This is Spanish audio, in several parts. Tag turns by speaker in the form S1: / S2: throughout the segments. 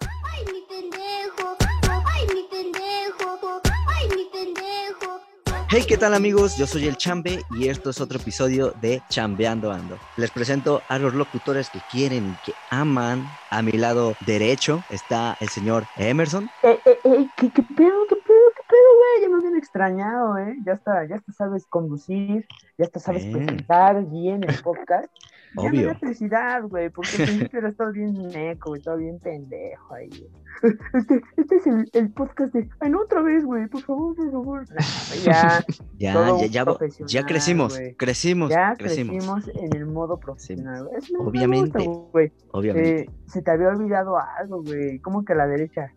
S1: ¡Ay, mi pendejo! ¡Ay, mi pendejo! ¡Ay, mi pendejo!
S2: Hey, ¿qué tal amigos? Yo soy el Chambe y esto es otro episodio de Chambeando Ando. Les presento a los locutores que quieren y que aman. A mi lado derecho está el señor Emerson.
S3: Eh, eh, eh, ¿qué, qué pedo, qué pedo, qué pedo, güey? Ya me habían extrañado, ¿eh? Ya está, ya hasta sabes conducir, ya hasta sabes
S2: Bien.
S3: presentar bien el podcast. Ya me
S2: Eh. Obvio.
S3: da felicidad, güey, porque al principio era todo bien neco, güey, todo bien pendejo ahí. Este, este es el, el podcast de, ay, no, otra vez, güey, por favor, por favor. Nah, güey, ya,
S2: Ya,
S3: Todo
S2: ya,
S3: un
S2: ya,
S3: profesional,
S2: ya crecimos,
S3: güey.
S2: crecimos,
S3: ya
S2: crecimos,
S3: crecimos en el modo profesional, güey. Eso me- me
S2: Obviamente.
S3: gusta, güey.
S2: obviamente.
S3: Eh, se te había olvidado algo, güey, ¿cómo que a la derecha?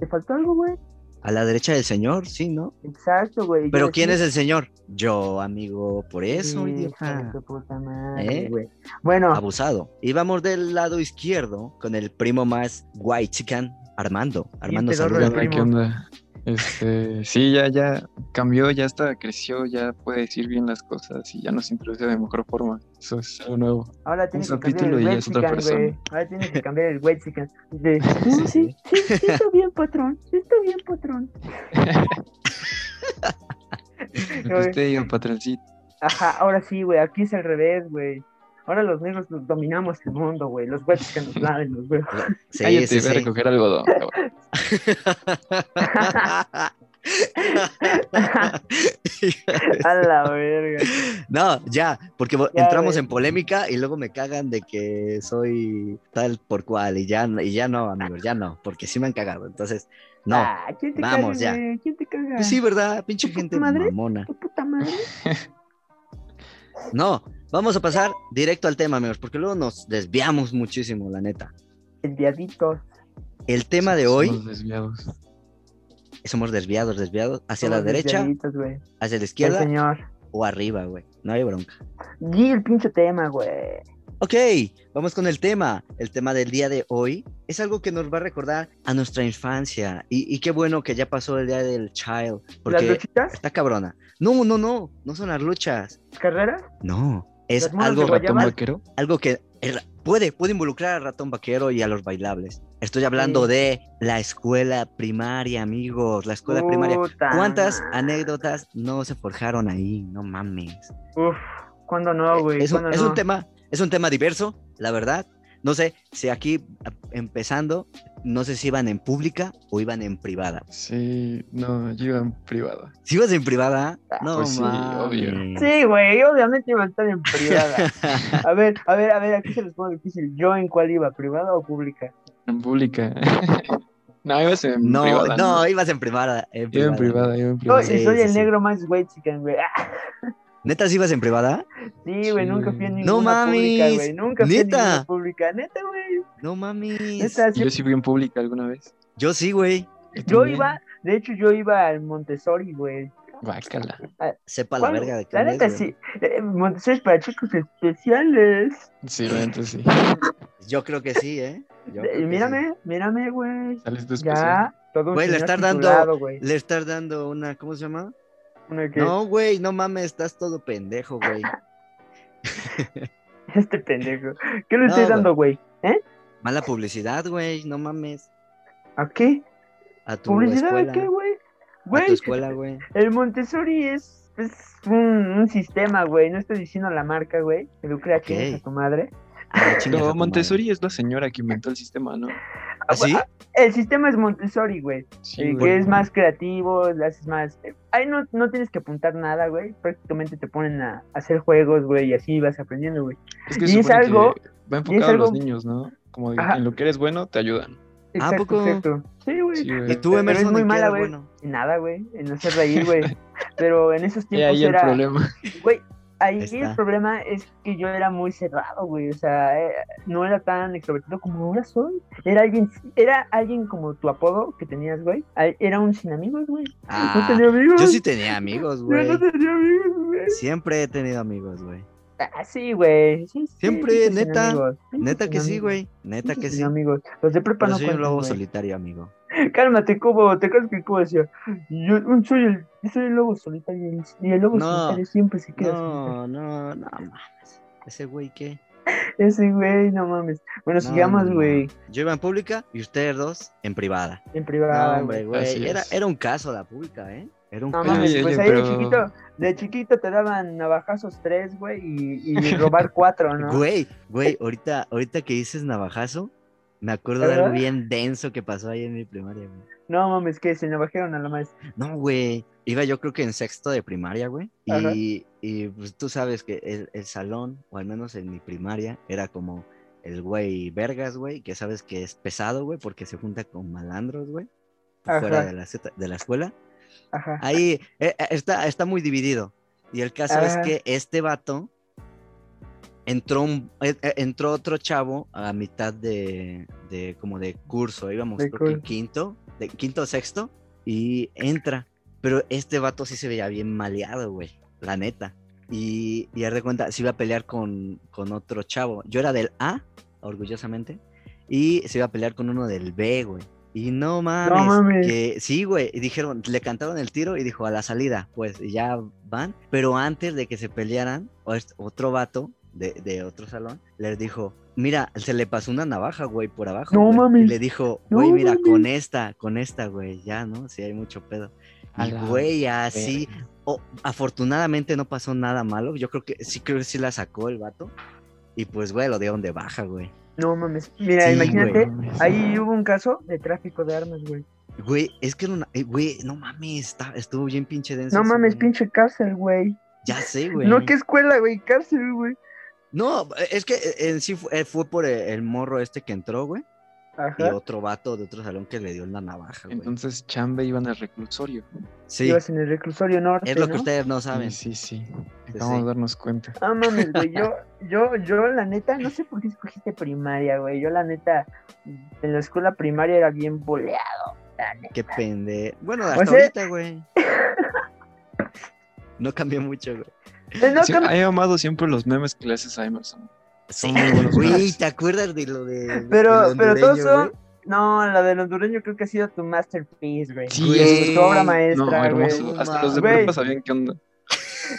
S3: ¿Te faltó algo, güey?
S2: A la derecha del señor, sí, ¿no?
S3: Exacto, güey.
S2: Pero
S3: yo
S2: ¿quién
S3: decía-
S2: es el señor? Yo, amigo, por eso,
S3: Hija
S2: idiota.
S3: de tu puta madre,
S2: ¿Eh?
S3: güey. Bueno,
S2: Abusado. Y vamos del lado izquierdo con el primo más white chican, Armando. Armando,
S3: pedorro
S2: saluda.
S3: el primo.
S4: ¿Qué onda? Este, sí, ya, ya cambió, ya está, creció, ya puede decir bien las cosas y ya nos introduce de mejor forma. Eso es algo nuevo.
S3: ahora tiene que
S4: un
S3: cambiar
S4: capítulo
S3: el
S4: y ya es otra
S3: Wexican, güey.
S4: persona.
S3: Ahora tiene que cambiar el Wexican. De, no, sí, sí, sí, está bien, patrón. Sí, está bien, patrón. Güey,
S4: Usted y el patroncito.
S3: Ajá, ahora sí, güey. Aquí es al revés, güey. Ahora los negros nos dominamos el mundo, güey. Los Wexicans nos laven los huevos.
S2: Sí,
S4: Cállate,
S2: sí,
S4: voy a
S2: sí.
S4: recoger algodón. cabrón.
S3: A la verga.
S2: no, ya, porque vo-
S3: Ya,
S2: entramos
S3: güey.
S2: en polémica y luego me cagan de que soy tal por cual y ya, y ya no, amigos, ya no, porque sí me han cagado. Entonces, no.
S3: Ah, ¿quién te
S2: vamos, ya.
S3: caga, güey? ¿Quién te caga?
S2: Pues sí, ¿verdad? Pinche
S3: ¿Puta
S2: gente
S3: madre?
S2: mamona.
S3: ¿Tu puta madre?
S2: No, vamos a pasar directo al tema, amigos, porque luego nos desviamos muchísimo, la neta.
S3: El diadito.
S2: El tema de hoy,
S4: Somos desviados.
S2: somos desviados, desviados, hacia la
S3: Somos
S2: derecha,
S3: desviaditos, güey.
S2: hacia la
S3: El
S2: izquierda
S3: señor.
S2: o arriba, güey. No hay bronca.
S3: Y el pinche tema, güey.
S2: Ok, vamos con el tema. El tema del día de hoy es algo que nos va a recordar a nuestra infancia. Y, y qué bueno que ya pasó el día del child,
S3: ¿Las
S2: porque
S3: luchitas?
S2: está cabrona. No, no, no, no son las luchas.
S3: ¿Carreras?
S2: No, es
S3: Las monas de
S2: algo,
S3: guayaba.
S4: ¿Ratón
S3: llamar?
S4: vaquero?
S2: algo que el- puede, puede involucrar al ratón vaquero y a los bailables. Estoy hablando
S3: Sí.
S2: de la escuela primaria, amigos, la escuela primaria.
S3: Puta
S2: ¿Cuántas
S3: madre.
S2: anécdotas no se forjaron ahí? No mames.
S3: Uf, ¿cuándo no, güey?
S2: es, un,
S3: ¿Cuándo
S2: es
S3: no?
S2: un tema, es un tema diverso, la verdad. No sé si aquí a- empezando, no sé si iban en pública o iban en privada.
S4: Sí, no, yo iba en privada.
S2: Si ibas en privada,
S3: Ah,
S2: no
S4: pues sí, obvio.
S2: mames.
S3: Sí, güey, obviamente iba a estar en privada. A ver, a ver, a ver, aquí se les pone difícil. ¿Yo en cuál iba? ¿Privada o pública?
S4: En pública. no, ibas en
S2: No,
S4: privada.
S2: no, ibas en privada. en
S4: Iba en
S2: privada.
S4: privada, iba en
S3: Soy,
S4: privada.
S2: Sí,
S3: soy
S2: sí,
S3: el
S2: sí.
S3: negro más güey, chican, güey. Ah,
S2: ¿Netas ibas en privada?
S3: sí, güey,
S4: Sí.
S3: nunca fui a
S4: No
S3: ninguna pública,
S2: mames,
S3: güey. Nunca fui
S2: neta.
S3: a ninguna pública. Neta, güey.
S2: No mames.
S3: Neta, sí.
S4: Yo sí fui en pública alguna vez.
S2: Yo sí, güey.
S3: Yo
S4: también.
S3: iba, de hecho, yo iba al Montessori, güey.
S4: Bácala.
S2: Sepa la
S3: ¿Cuál?
S2: verga de qué
S3: La
S2: es,
S3: neta,
S2: güey.
S3: sí. Eh, Montessori es para chicos especiales.
S4: Sí, la neta sí.
S2: Yo creo que sí, ¿eh? Yo
S3: Eh,
S2: creo que
S3: mírame, mírame, güey.
S4: Sales tu especial.
S3: Ya, todo un
S2: Güey, le
S3: señor
S2: estás dando-
S3: titulado, güey.
S2: sí. Le estás dando una, ¿cómo se llama?
S3: Una que-
S2: No, güey, no mames, estás todo pendejo, güey.
S3: Este pendejo. ¿Qué le
S2: No,
S3: estoy
S2: güey.
S3: dando, güey?
S2: Mala publicidad, güey, no mames.
S3: ¿A qué?
S2: A tu
S3: ¿Publicidad
S2: escuela.
S3: de qué, güey?
S2: a tu
S3: Güey,
S2: escuela, güey.
S3: el Montessori es, es un, un sistema, güey. No estoy diciendo la marca, güey. Que lucra
S2: Ok.
S3: chingas a tu madre.
S2: Ah, chingas a tu
S4: Pero
S2: madre.
S4: Montessori es la señora que inventó el sistema, ¿no?
S2: ¿Ah, sí?
S3: El sistema es Montessori, güey.
S4: Sí,
S3: eh,
S4: güey.
S3: que es más creativo, le haces más. eh, Ahí no, no tienes que apuntar nada, güey. Prácticamente te ponen a, a hacer juegos, güey. Y así vas aprendiendo, güey.
S4: Es que
S3: Y es
S4: supone que
S3: algo-
S4: va enfocado a
S3: algo-
S4: los niños, ¿no? Como de,
S3: Ajá.
S4: en lo que eres bueno, te ayudan.
S2: ¿A
S3: Exacto,
S2: poco?
S3: exacto. Sí, güey.
S4: Sí, güey.
S2: ¿Y tú,
S3: Pero es
S2: Emerson,
S3: muy
S2: en qué
S3: mala,
S2: eras
S3: güey.
S2: bueno?
S3: En nada, güey, en hacer reír, güey. Pero en esos
S4: He
S3: tiempos
S4: ahí el
S3: pues era,
S4: problema.
S3: güey, ahí
S2: Ahí está.
S3: el problema es que yo era muy cerrado, güey, o sea, eh, no era tan extrovertido como ahora soy. Era alguien, era alguien como tu apodo que tenías, güey. Ay, Era un sin amigos, güey. no
S2: Ah,
S3: tenía amigos.
S2: yo sí tenía amigos,
S3: Yo
S2: güey.
S3: no tenía amigos, güey.
S2: Siempre he tenido amigos, güey.
S3: Ah, sí, güey. sí, sí,
S2: Siempre,
S3: pinches sin
S2: neta,
S3: amigos, pinches
S2: Neta que
S3: sin
S2: sí,
S3: amigos,
S2: güey. Neta que
S3: pinches
S2: sí.
S3: sin amigos. Los de prepa
S2: Pero
S3: no
S2: soy un
S3: cuentan,
S2: lobo
S3: güey.
S2: solitario, amigo.
S3: Cálmate, Cubo, te crees que Cubo decía, yo un- soy el, yo soy el lobo solitario y el- y el lobo
S2: No.
S3: solitario siempre se queda
S2: No, no, no mames. Ese güey, ¿qué?
S3: Ese güey, no mames. Bueno,
S2: No,
S3: sigamos,
S2: no, no.
S3: güey.
S2: Yo iba en pública y ustedes dos en privada.
S3: En
S2: No,
S3: privada.
S2: hombre,
S3: Ah, güey.
S2: güey.
S4: Así
S2: Era,
S4: es.
S2: era un caso la pública, ¿eh? Era un
S3: No
S2: caso.
S3: mames,
S4: Oye,
S3: pues
S4: oye,
S3: ahí de
S4: pero-
S3: chiquito, de chiquito te daban navajazos tres, güey, y, y robar cuatro, ¿no?
S2: Güey, güey, ahorita, ahorita que dices navajazo, me acuerdo de algo
S3: Ajá.
S2: bien denso que pasó ahí en mi primaria, güey.
S3: No mames, que se navajearon a la maestra.
S2: No, güey. Iba yo creo que en sexto de primaria, güey. Y, y, pues tú sabes que el, el salón, o al menos en mi primaria, era como el güey vergas, güey, que sabes que es pesado, güey, porque se junta con malandros, güey, fuera
S3: Ajá.
S2: de la, zeta- de la escuela.
S3: Ajá.
S2: Ahí eh, eh, está, está muy dividido. Y el caso es
S3: Ah.
S2: que este vato entró, un- eh, eh, entró otro chavo a mitad de, de como de curso, íbamos
S3: De
S2: creo que en
S3: curso.
S2: quinto, de quinto o sexto, y entra. Pero este vato sí se veía bien maleado, güey, la neta. Y, y haz de cuenta, se iba a pelear con, con otro chavo. Yo era del A, orgullosamente, y se iba a pelear con uno del B, güey. Y no mames,
S3: mames.
S2: que Eh, sí, güey. Y dijeron, le cantaron el tiro y dijo a la salida, pues y ya van. Pero antes de que se pelearan, o es- otro vato de, de otro salón les dijo, mira, se le pasó una navaja, güey, por abajo.
S3: No
S2: güey".
S3: mames.
S2: Y le dijo, güey,
S3: No
S2: mira,
S3: mames.
S2: con esta, con esta, güey, ya, ¿no? Si hay mucho pedo.
S4: A
S2: Y,
S4: la
S2: Ah, güey, así,
S4: verga.
S2: o- afortunadamente no pasó nada malo. Yo creo que sí, creo que sí la sacó el vato. Y pues, güey, lo dieron de baja, güey.
S3: No mames. Mira,
S2: Sí,
S3: imagínate,
S4: güey.
S3: ahí hubo un caso de tráfico de armas, güey.
S2: Güey, es que era una. eh, Güey, no mames, está- estuvo bien pinche denso.
S3: No
S2: eso,
S3: mames,
S2: güey.
S3: pinche cárcel, güey.
S2: Ya sé, güey.
S3: No, qué escuela, güey, cárcel, güey.
S2: No, es que eh, en sí fu- eh, fue, por eh, el morro este que entró, güey. Y
S3: Ajá.
S2: otro vato de otro salón que le dio la navaja, güey.
S4: Entonces Chambe iban al reclusorio.
S2: sí,
S3: Ibas en el reclusorio norte,
S2: es lo
S3: ¿no?
S2: que ustedes no saben.
S4: Sí, sí.
S2: Pues
S4: Vamos
S2: sí.
S4: a darnos cuenta.
S3: Ah, mames, güey, yo, yo, yo, la neta, no sé por qué escogiste primaria, güey. Yo, la neta, en la escuela primaria era bien boleado, la neta.
S2: Qué pende. Bueno,
S3: O
S2: hasta
S3: sea-
S2: ahorita, güey. No cambió mucho, güey.
S3: Eh, no,
S4: Sí,
S3: que me-
S4: He amado siempre los memes que le haces a Emerson.
S2: Sí,
S4: muy buenos
S2: güey,
S4: planes.
S2: ¿te acuerdas de lo de.
S3: Pero-
S2: del
S3: pero todos
S2: hondureño,
S3: son-
S2: güey?
S3: no, la del hondureño creo que ha sido tu masterpiece, güey.
S4: Sí,
S2: Güey.
S3: Tu obra
S4: No,
S3: maestra, güey.
S4: hermoso.
S2: no
S4: Hasta los de
S3: mames.
S4: prepa sabían qué onda.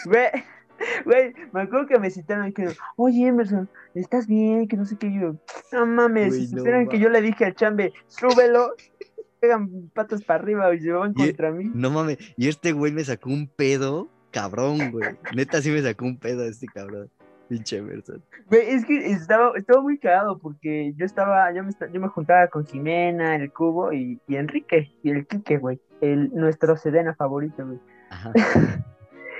S3: Güey, güey, me acuerdo que me citaron y que, oye, Emerson, ¿estás bien? Que no sé qué. Yo, no mames,
S2: Güey,
S3: si
S2: no
S3: supieran que
S2: mames.
S3: yo le dije al chambe, súbelo, pegan patas para arriba y se van
S2: Y-
S3: contra mí.
S2: No mames, y este güey me sacó un pedo, cabrón, güey. Neta, sí me sacó un pedo este cabrón. Pinche Emerson.
S3: Güey, es que estaba, estaba muy cagado porque yo estaba, yo me, esta- yo me juntaba con Jimena, el Cubo y, y Enrique, y el Quique, güey, el, nuestro sedena favorito, güey.
S2: Ajá.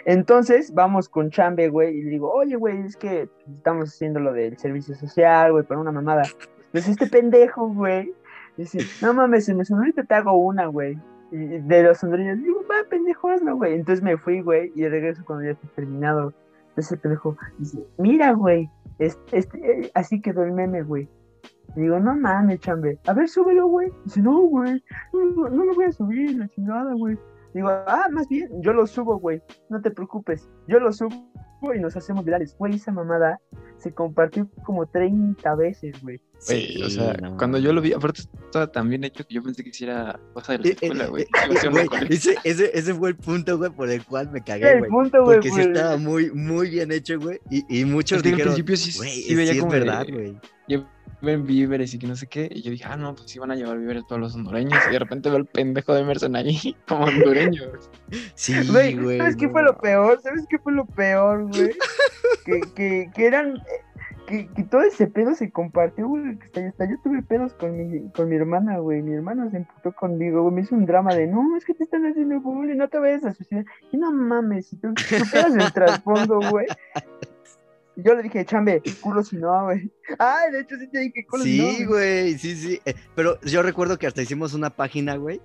S3: Entonces vamos con Chambe, güey, y le digo, oye, güey, es que estamos haciendo lo del servicio social, güey, para una mamada. Entonces este pendejo, güey, dice, no mames, se me ahorita te hago una, güey. Y- y De los hondureños, digo, va, pendejo, hazlo, güey. Entonces me fui, güey, y regreso cuando ya está terminado. Entonces el pendejo dice, mira, güey, este, este, eh, así quedó el meme, güey. Le digo, no mames, chambe. A ver, súbelo, güey. Dice, no, güey, no, no lo voy a subir, la chingada, güey. Digo, ah, más bien, yo lo subo, güey no te preocupes, yo lo subo y nos hacemos virales. Güey, esa mamada se compartió como 30 veces, güey.
S4: Güey, o sea,
S2: no
S4: cuando yo lo
S2: mames.
S4: vi, aparte estaba tan bien hecho que yo pensé que hiciera cosa de la
S2: Eh, eh,
S4: escuela, güey.
S2: eh,
S4: Iba a ser una
S2: güey,
S4: colección.
S2: ese, ese, ese fue el punto, güey, por el cual me cagué,
S3: El
S2: güey.
S3: punto, güey,
S2: Porque
S3: pues,
S2: sí
S3: fue-
S2: estaba muy, muy bien hecho, güey. Y, y muchos
S4: Es que al
S2: dijeron,
S4: principio sí,
S2: güey,
S4: sí
S2: sí,
S4: veía
S2: es
S4: como
S2: verdad,
S4: de-
S2: güey.
S4: lleven víveres y que no sé qué. Y yo dije, ah, no, pues sí van a llevar víveres todos los hondureños. Y de repente veo al pendejo de Emerson ahí como hondureño.
S2: Sí,
S3: Güey,
S2: güey.
S3: ¿sabes qué
S2: no
S3: fue lo
S2: mames.
S3: peor? ¿Sabes qué fue lo peor, güey? que, que, que eran... Que, que todo ese pedo se compartió, güey. que Hasta, hasta yo tuve pedos con mi, con mi hermana, güey. Mi hermana se emputó conmigo, güey. Me hizo un drama de, no, es que te están haciendo bullying, no te vayas a suicidar. Y no mames, si tú supieras el trasfondo, güey. Yo le dije, chambe, culo si no, güey. Ah, de hecho sí te dije, culo si no.
S2: Sí, güey, sí, sí. Eh, Pero yo recuerdo que hasta hicimos una página, güey.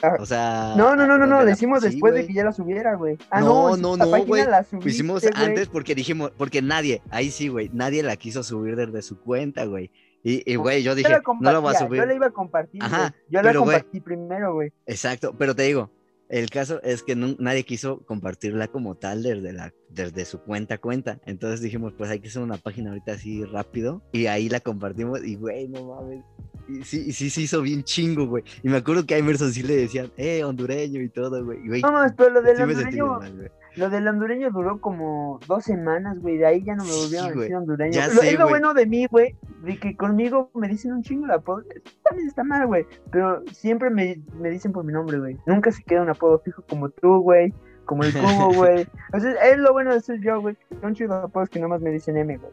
S3: Ah.
S2: O sea...
S3: No, no, no, no, no,
S2: donde
S3: le
S2: la-
S3: hicimos
S2: Ah, sí,
S3: después
S2: güey.
S3: de que ya la subiera, güey. Ah,
S2: No, no,
S3: no, la
S2: no,
S3: página
S2: güey.
S3: la
S2: Lo hicimos
S3: subiste, güey.
S2: antes porque dijimos, porque nadie, ahí sí, güey, nadie la quiso subir desde su cuenta, güey. Y, y, güey, yo
S3: Yo
S2: dije,
S3: la
S2: no la voy a
S3: compartía,
S2: subir.
S3: Yo la iba a compartir.
S2: Ajá,
S3: güey. yo la
S2: pero, güey.
S3: compartí primero, güey.
S2: Exacto, pero te digo, el caso es que nun- nadie quiso compartirla como tal desde, la, desde su cuenta a cuenta. Entonces dijimos, pues hay que hacer una página ahorita así rápido y ahí la compartimos y güey, no mames. Y sí, y sí se hizo bien chingo, güey. Y me acuerdo que a Emerson sí le decían, eh, hondureño y todo, güey. Y, güey,
S3: Vamos, pero lo del
S2: sí me sentí bien
S3: hondureño,
S2: mal, güey.
S3: Lo del hondureño duró como dos semanas, güey. De ahí ya no me
S2: Sí,
S3: volvieron a
S2: güey.
S3: decir hondureño.
S2: Ya
S3: Lo-
S2: sé,
S3: es lo
S2: güey.
S3: bueno de mí, güey. De que conmigo me dicen un chingo de apodo. También está mal, güey. Pero siempre me, me dicen por mi nombre, güey. Nunca se queda un apodo fijo como tú, güey. Como el cubo, güey. O sea, es lo bueno de ser yo, güey. Son chidos apodos que nomás me dicen M, güey.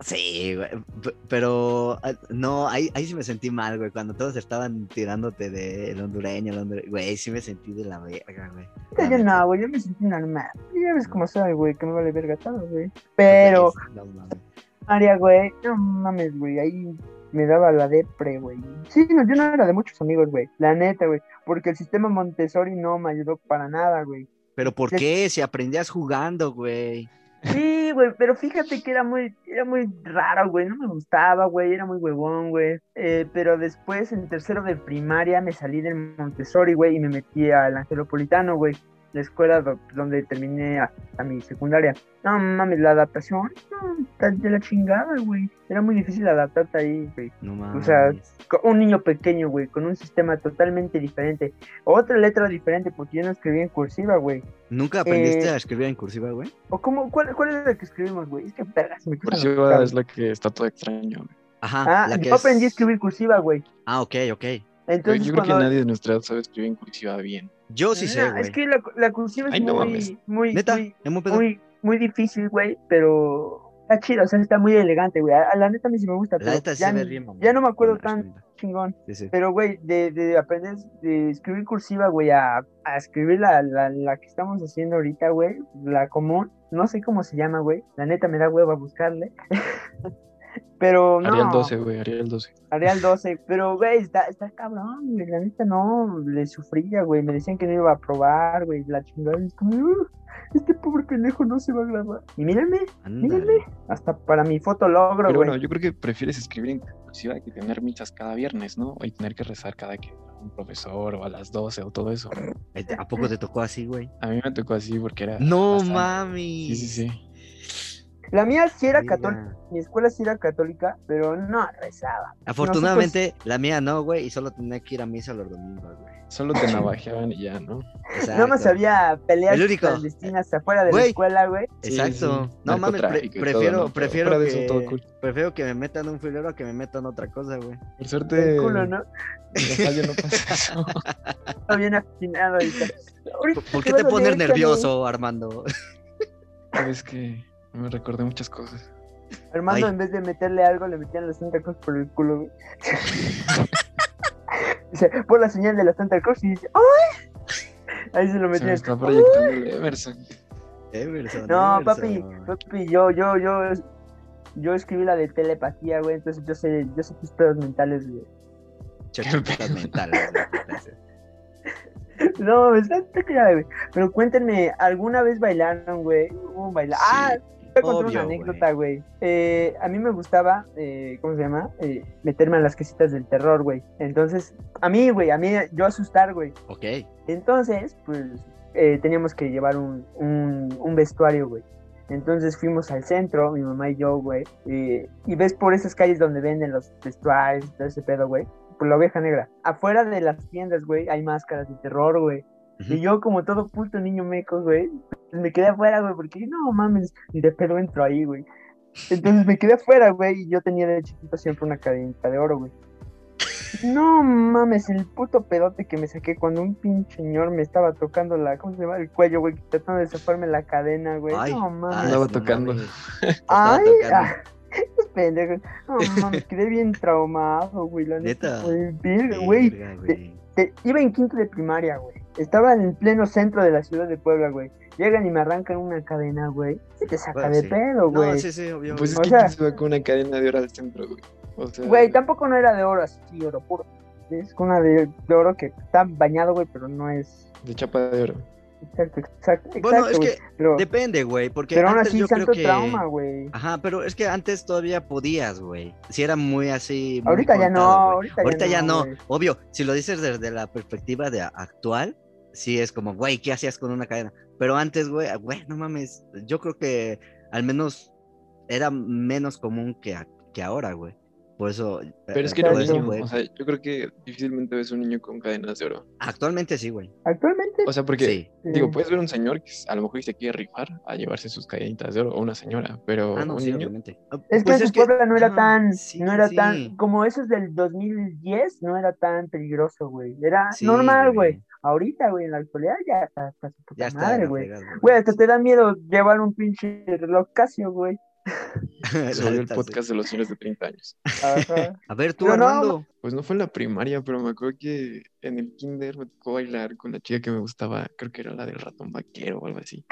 S2: Sí, güey. p- Pero ah, no, ahí, ahí sí me sentí mal, güey. Cuando todos estaban tirándote del hondureño, el hondureño. Güey, sí me sentí de la verga, güey.
S3: Yo
S2: La
S3: ya
S2: neta.
S3: no, güey. Yo me sentí normal. Ya ves cómo soy, güey. Que me vale verga todo, güey. Pero...
S2: No mames.
S3: María, güey. No mames, güey. Ahí me daba la depre, güey. Sí, no, yo no era de muchos amigos, güey. La neta, güey. Porque el sistema Montessori no me ayudó para nada, güey.
S2: Pero ¿por
S3: Ya-
S2: qué? Si aprendías jugando, güey.
S3: Sí, güey, pero fíjate que era muy, era muy raro, güey. No me gustaba, güey. Era muy huevón, güey. Eh, pero después, en tercero de primaria, me salí del Montessori, güey, y me metí al Angelopolitano, güey. La escuela do- donde terminé hasta mi secundaria. No mames, la adaptación. No, está de la chingada, güey. Era muy difícil adaptarte ahí, güey.
S2: No mames.
S3: sea, con un niño pequeño, güey, con un sistema totalmente diferente. Otra letra diferente, porque yo no escribí en cursiva, güey.
S2: ¿Nunca aprendiste
S3: eh,
S2: a escribir en cursiva, güey?
S3: ¿O cómo? ¿Cuál, cuál era la que escribimos, güey? Es que verga, se me cruzan los
S4: Cursiva
S3: cables.
S4: es la que está todo extraño.
S2: Ajá.
S3: Ah,
S2: la que
S3: yo aprendí a
S2: es-
S3: escribir cursiva, güey.
S2: Ah, ok, ok.
S4: Yo,
S3: Entonces,
S4: yo creo que
S3: cuando...
S4: nadie de nuestra edad sabe escribir en cursiva bien.
S2: Yo sí sé,
S3: Nah,
S2: güey.
S3: Ah, Es que la, la cursiva es
S4: Ay, no mames.
S3: muy, muy,
S2: Neta,
S3: muy,
S2: es muy pedo.
S3: muy, muy difícil, güey, pero... Está chido, o sea, está muy elegante, güey. A a la neta a mí sí me gusta,
S2: La
S3: pero
S2: neta sí
S3: ya,
S2: se ve
S3: ni-
S2: bien, mamón.
S3: ya no me acuerdo
S2: Buena
S3: tan
S2: respuesta.
S3: chingón.
S2: Sí, sí.
S3: Pero, güey, de, de aprender de escribir cursiva, güey, a, a escribir la, la, la que estamos haciendo ahorita, güey, la común, no sé cómo se llama, güey, la neta me da hueva buscarle. pero no,
S4: Arial 12, güey, Arial 12.
S3: Arial 12, pero, güey, está, está cabrón, güey, la neta no, le sufría, güey, me decían que no iba a probar, güey, la chingada, y es como, "Ugh, este pobre pendejo no se va a grabar. Y mírame,
S2: Ándale.
S3: hasta para mi foto logro,
S4: Pero
S3: güey.
S4: bueno, yo creo que prefieres escribir en cursiva que tener misas cada viernes, ¿no? Y tener que rezar cada que a un profesor o a las 12 o todo eso.
S2: Eh, ¿A poco te tocó así, güey?
S4: A mí me tocó así porque era.
S2: No
S4: bastante.
S2: mami.
S4: Sí, sí, sí.
S3: La mía sí era
S2: Mira.
S3: católica, mi escuela sí era católica, pero no rezaba.
S2: Afortunadamente, la mía no, güey, y solo tenía que ir a misa los domingos, güey.
S4: Solo te navajeaban y ya, ¿no?
S3: Nada más
S2: Exacto.
S3: había peleas
S2: El único.
S3: clandestinas afuera de la
S2: Güey.
S3: escuela, güey.
S4: Sí,
S2: Exacto.
S4: sí.
S2: No mames, pre-
S4: Narcotráfico y todo,
S2: prefiero,
S4: ¿no? Pero
S2: prefiero,
S4: fuera
S2: que,
S4: de eso, todo cool.
S2: prefiero que me metan un filero a que me metan otra cosa, güey.
S4: Por suerte.
S3: El culo, ¿no?
S4: en la calle no pasa eso.
S3: Está bien afinado ahorita. Ahorita
S2: ¿Por, por qué
S3: vas
S2: te
S3: a
S2: pones
S3: ver,
S2: nervioso, Armando?
S4: Sabes que me recordé muchas cosas.
S3: Charlie. Armando,
S2: Ay.
S3: en vez de meterle algo, le metían los Santa Cruz por el culo, güey. Dice, por la señal de la Santa Cruz y dice, ¡ay! Ahí se lo
S4: Se me
S3: metían.
S4: está proyectando el Emerson.
S2: Emerson.
S3: No, papi,
S2: Emerson.
S3: papi, yo, yo, yo, yo escribí la de telepatía, güey, entonces yo sé, yo sé tus pedos mentales, güey.
S2: Chachaputas mentales, güey, gracias.
S3: No, está está cagada, güey. Pero cuéntenme, ¿alguna vez bailaron, güey? Hubo un baila.
S4: Sí.
S3: Ah, te voy a contar
S2: Obvio,
S3: una anécdota, güey. Eh, a mí me gustaba, eh, ¿cómo se llama? Eh, meterme a las casitas del terror, güey. Entonces, a mí, güey, a mí, yo asustar, güey.
S2: Ok.
S3: Entonces, pues, eh, teníamos que llevar un, un- un vestuario, güey. Entonces fuimos al centro, mi mamá y yo, güey. Y, y ves por esas calles donde venden los vestuarios, y todo ese pedo, güey. Por la oveja negra. Afuera de las tiendas, güey, hay máscaras de terror, güey.
S2: Ujú.
S3: Y yo, como todo puto niño meco, güey, pues me quedé afuera, güey, porque dije, no mames, ni de pedo entro ahí, güey. Entonces me quedé afuera, güey, y yo tenía de chiquito siempre una cadenita de oro, güey. No mames, el puto pedote que me saqué cuando un pinche señor me estaba tocando la, ¿cómo se llama? El cuello, güey, tratando de zafarme la cadena, güey.
S2: Ay,
S3: no
S2: ay,
S3: mames,
S4: Andaba
S2: no
S4: tocando.
S2: mames. Estaba
S3: Ay,
S2: tocando.
S3: ah, estos pendejos. No mames, quedé bien traumado, güey, la
S2: Neta.
S3: neta. güey, verga, güey,
S2: Verga, güey.
S3: te- iba en quinto de primaria, güey. Estaba en el pleno centro de la ciudad de Puebla, güey. Llegan y me arrancan una cadena, güey. Se te saca
S2: Bueno,
S3: de
S2: Pues sí.
S3: pedo, güey.
S2: No, sí, sí, obvio.
S4: Pues es
S3: O
S4: que
S3: sea-
S4: ¿quién se va con una cadena de oro al centro, güey. O sea,
S3: Güey, tampoco no era de oro, así, oro puro. Es una de, de oro que está bañado, güey, pero no es.
S4: de chapa de oro.
S3: Exacto, exacto.
S2: bueno,
S3: exacto,
S2: es
S3: güey.
S2: que
S3: pero,
S2: depende, güey, porque
S3: pero aún
S2: antes
S3: así,
S2: yo creo
S3: santo
S2: que...
S3: trauma, güey.
S2: Ajá, pero es que antes todavía podías, güey. Si era muy así. muy
S3: Ahorita ya no,
S2: contado, güey.
S3: ahorita ya
S2: Ahorita ya
S3: no,
S2: no.
S3: güey.
S2: Obvio, si lo dices desde la perspectiva de a- actual, sí es como, güey, ¿qué hacías con una cadena? Pero antes, güey, ah, güey, no mames. Yo creo que al menos era menos común que, a- que ahora, güey. Por eso. eh,
S4: Pero es que
S2: por
S4: era un
S2: eso
S3: Exacto.
S4: niño,
S2: fue-
S4: o sea, yo creo que difícilmente ves un niño con cadenas de oro.
S2: Actualmente sí, güey.
S3: Actualmente.
S4: O sea, porque,
S2: Sí.
S4: digo,
S3: eh,
S4: puedes ver un señor que a lo mejor se quiere rifar a llevarse sus cadenitas de oro, o una señora, pero
S2: Ah, no,
S4: un
S2: sí,
S4: niño...
S2: obviamente. Ah,
S3: Es que
S2: pues
S3: en su Puebla no era
S2: ajá,
S3: tan,
S2: sí,
S3: no era
S2: sí.
S3: tan, como esos del 2010, no era tan peligroso, güey. Era
S2: Sí,
S3: normal, güey. Ahorita, güey, en la actualidad ya está, está su puta
S2: Ya está.
S3: madre,
S2: la
S3: güey.
S2: fregada,
S3: Güey, hasta te da miedo llevar un pinche reloj Casio, güey.
S2: La
S4: Se volvió el
S2: neta, sí.
S4: podcast de los señores de 30 años.
S3: Ajá.
S2: A ver, tú,
S3: Pero no,
S2: Armando.
S4: Pues no fue en la primaria, pero me acuerdo que en el kinder me tocó bailar con la chica que me gustaba, creo que era la del ratón vaquero o algo así.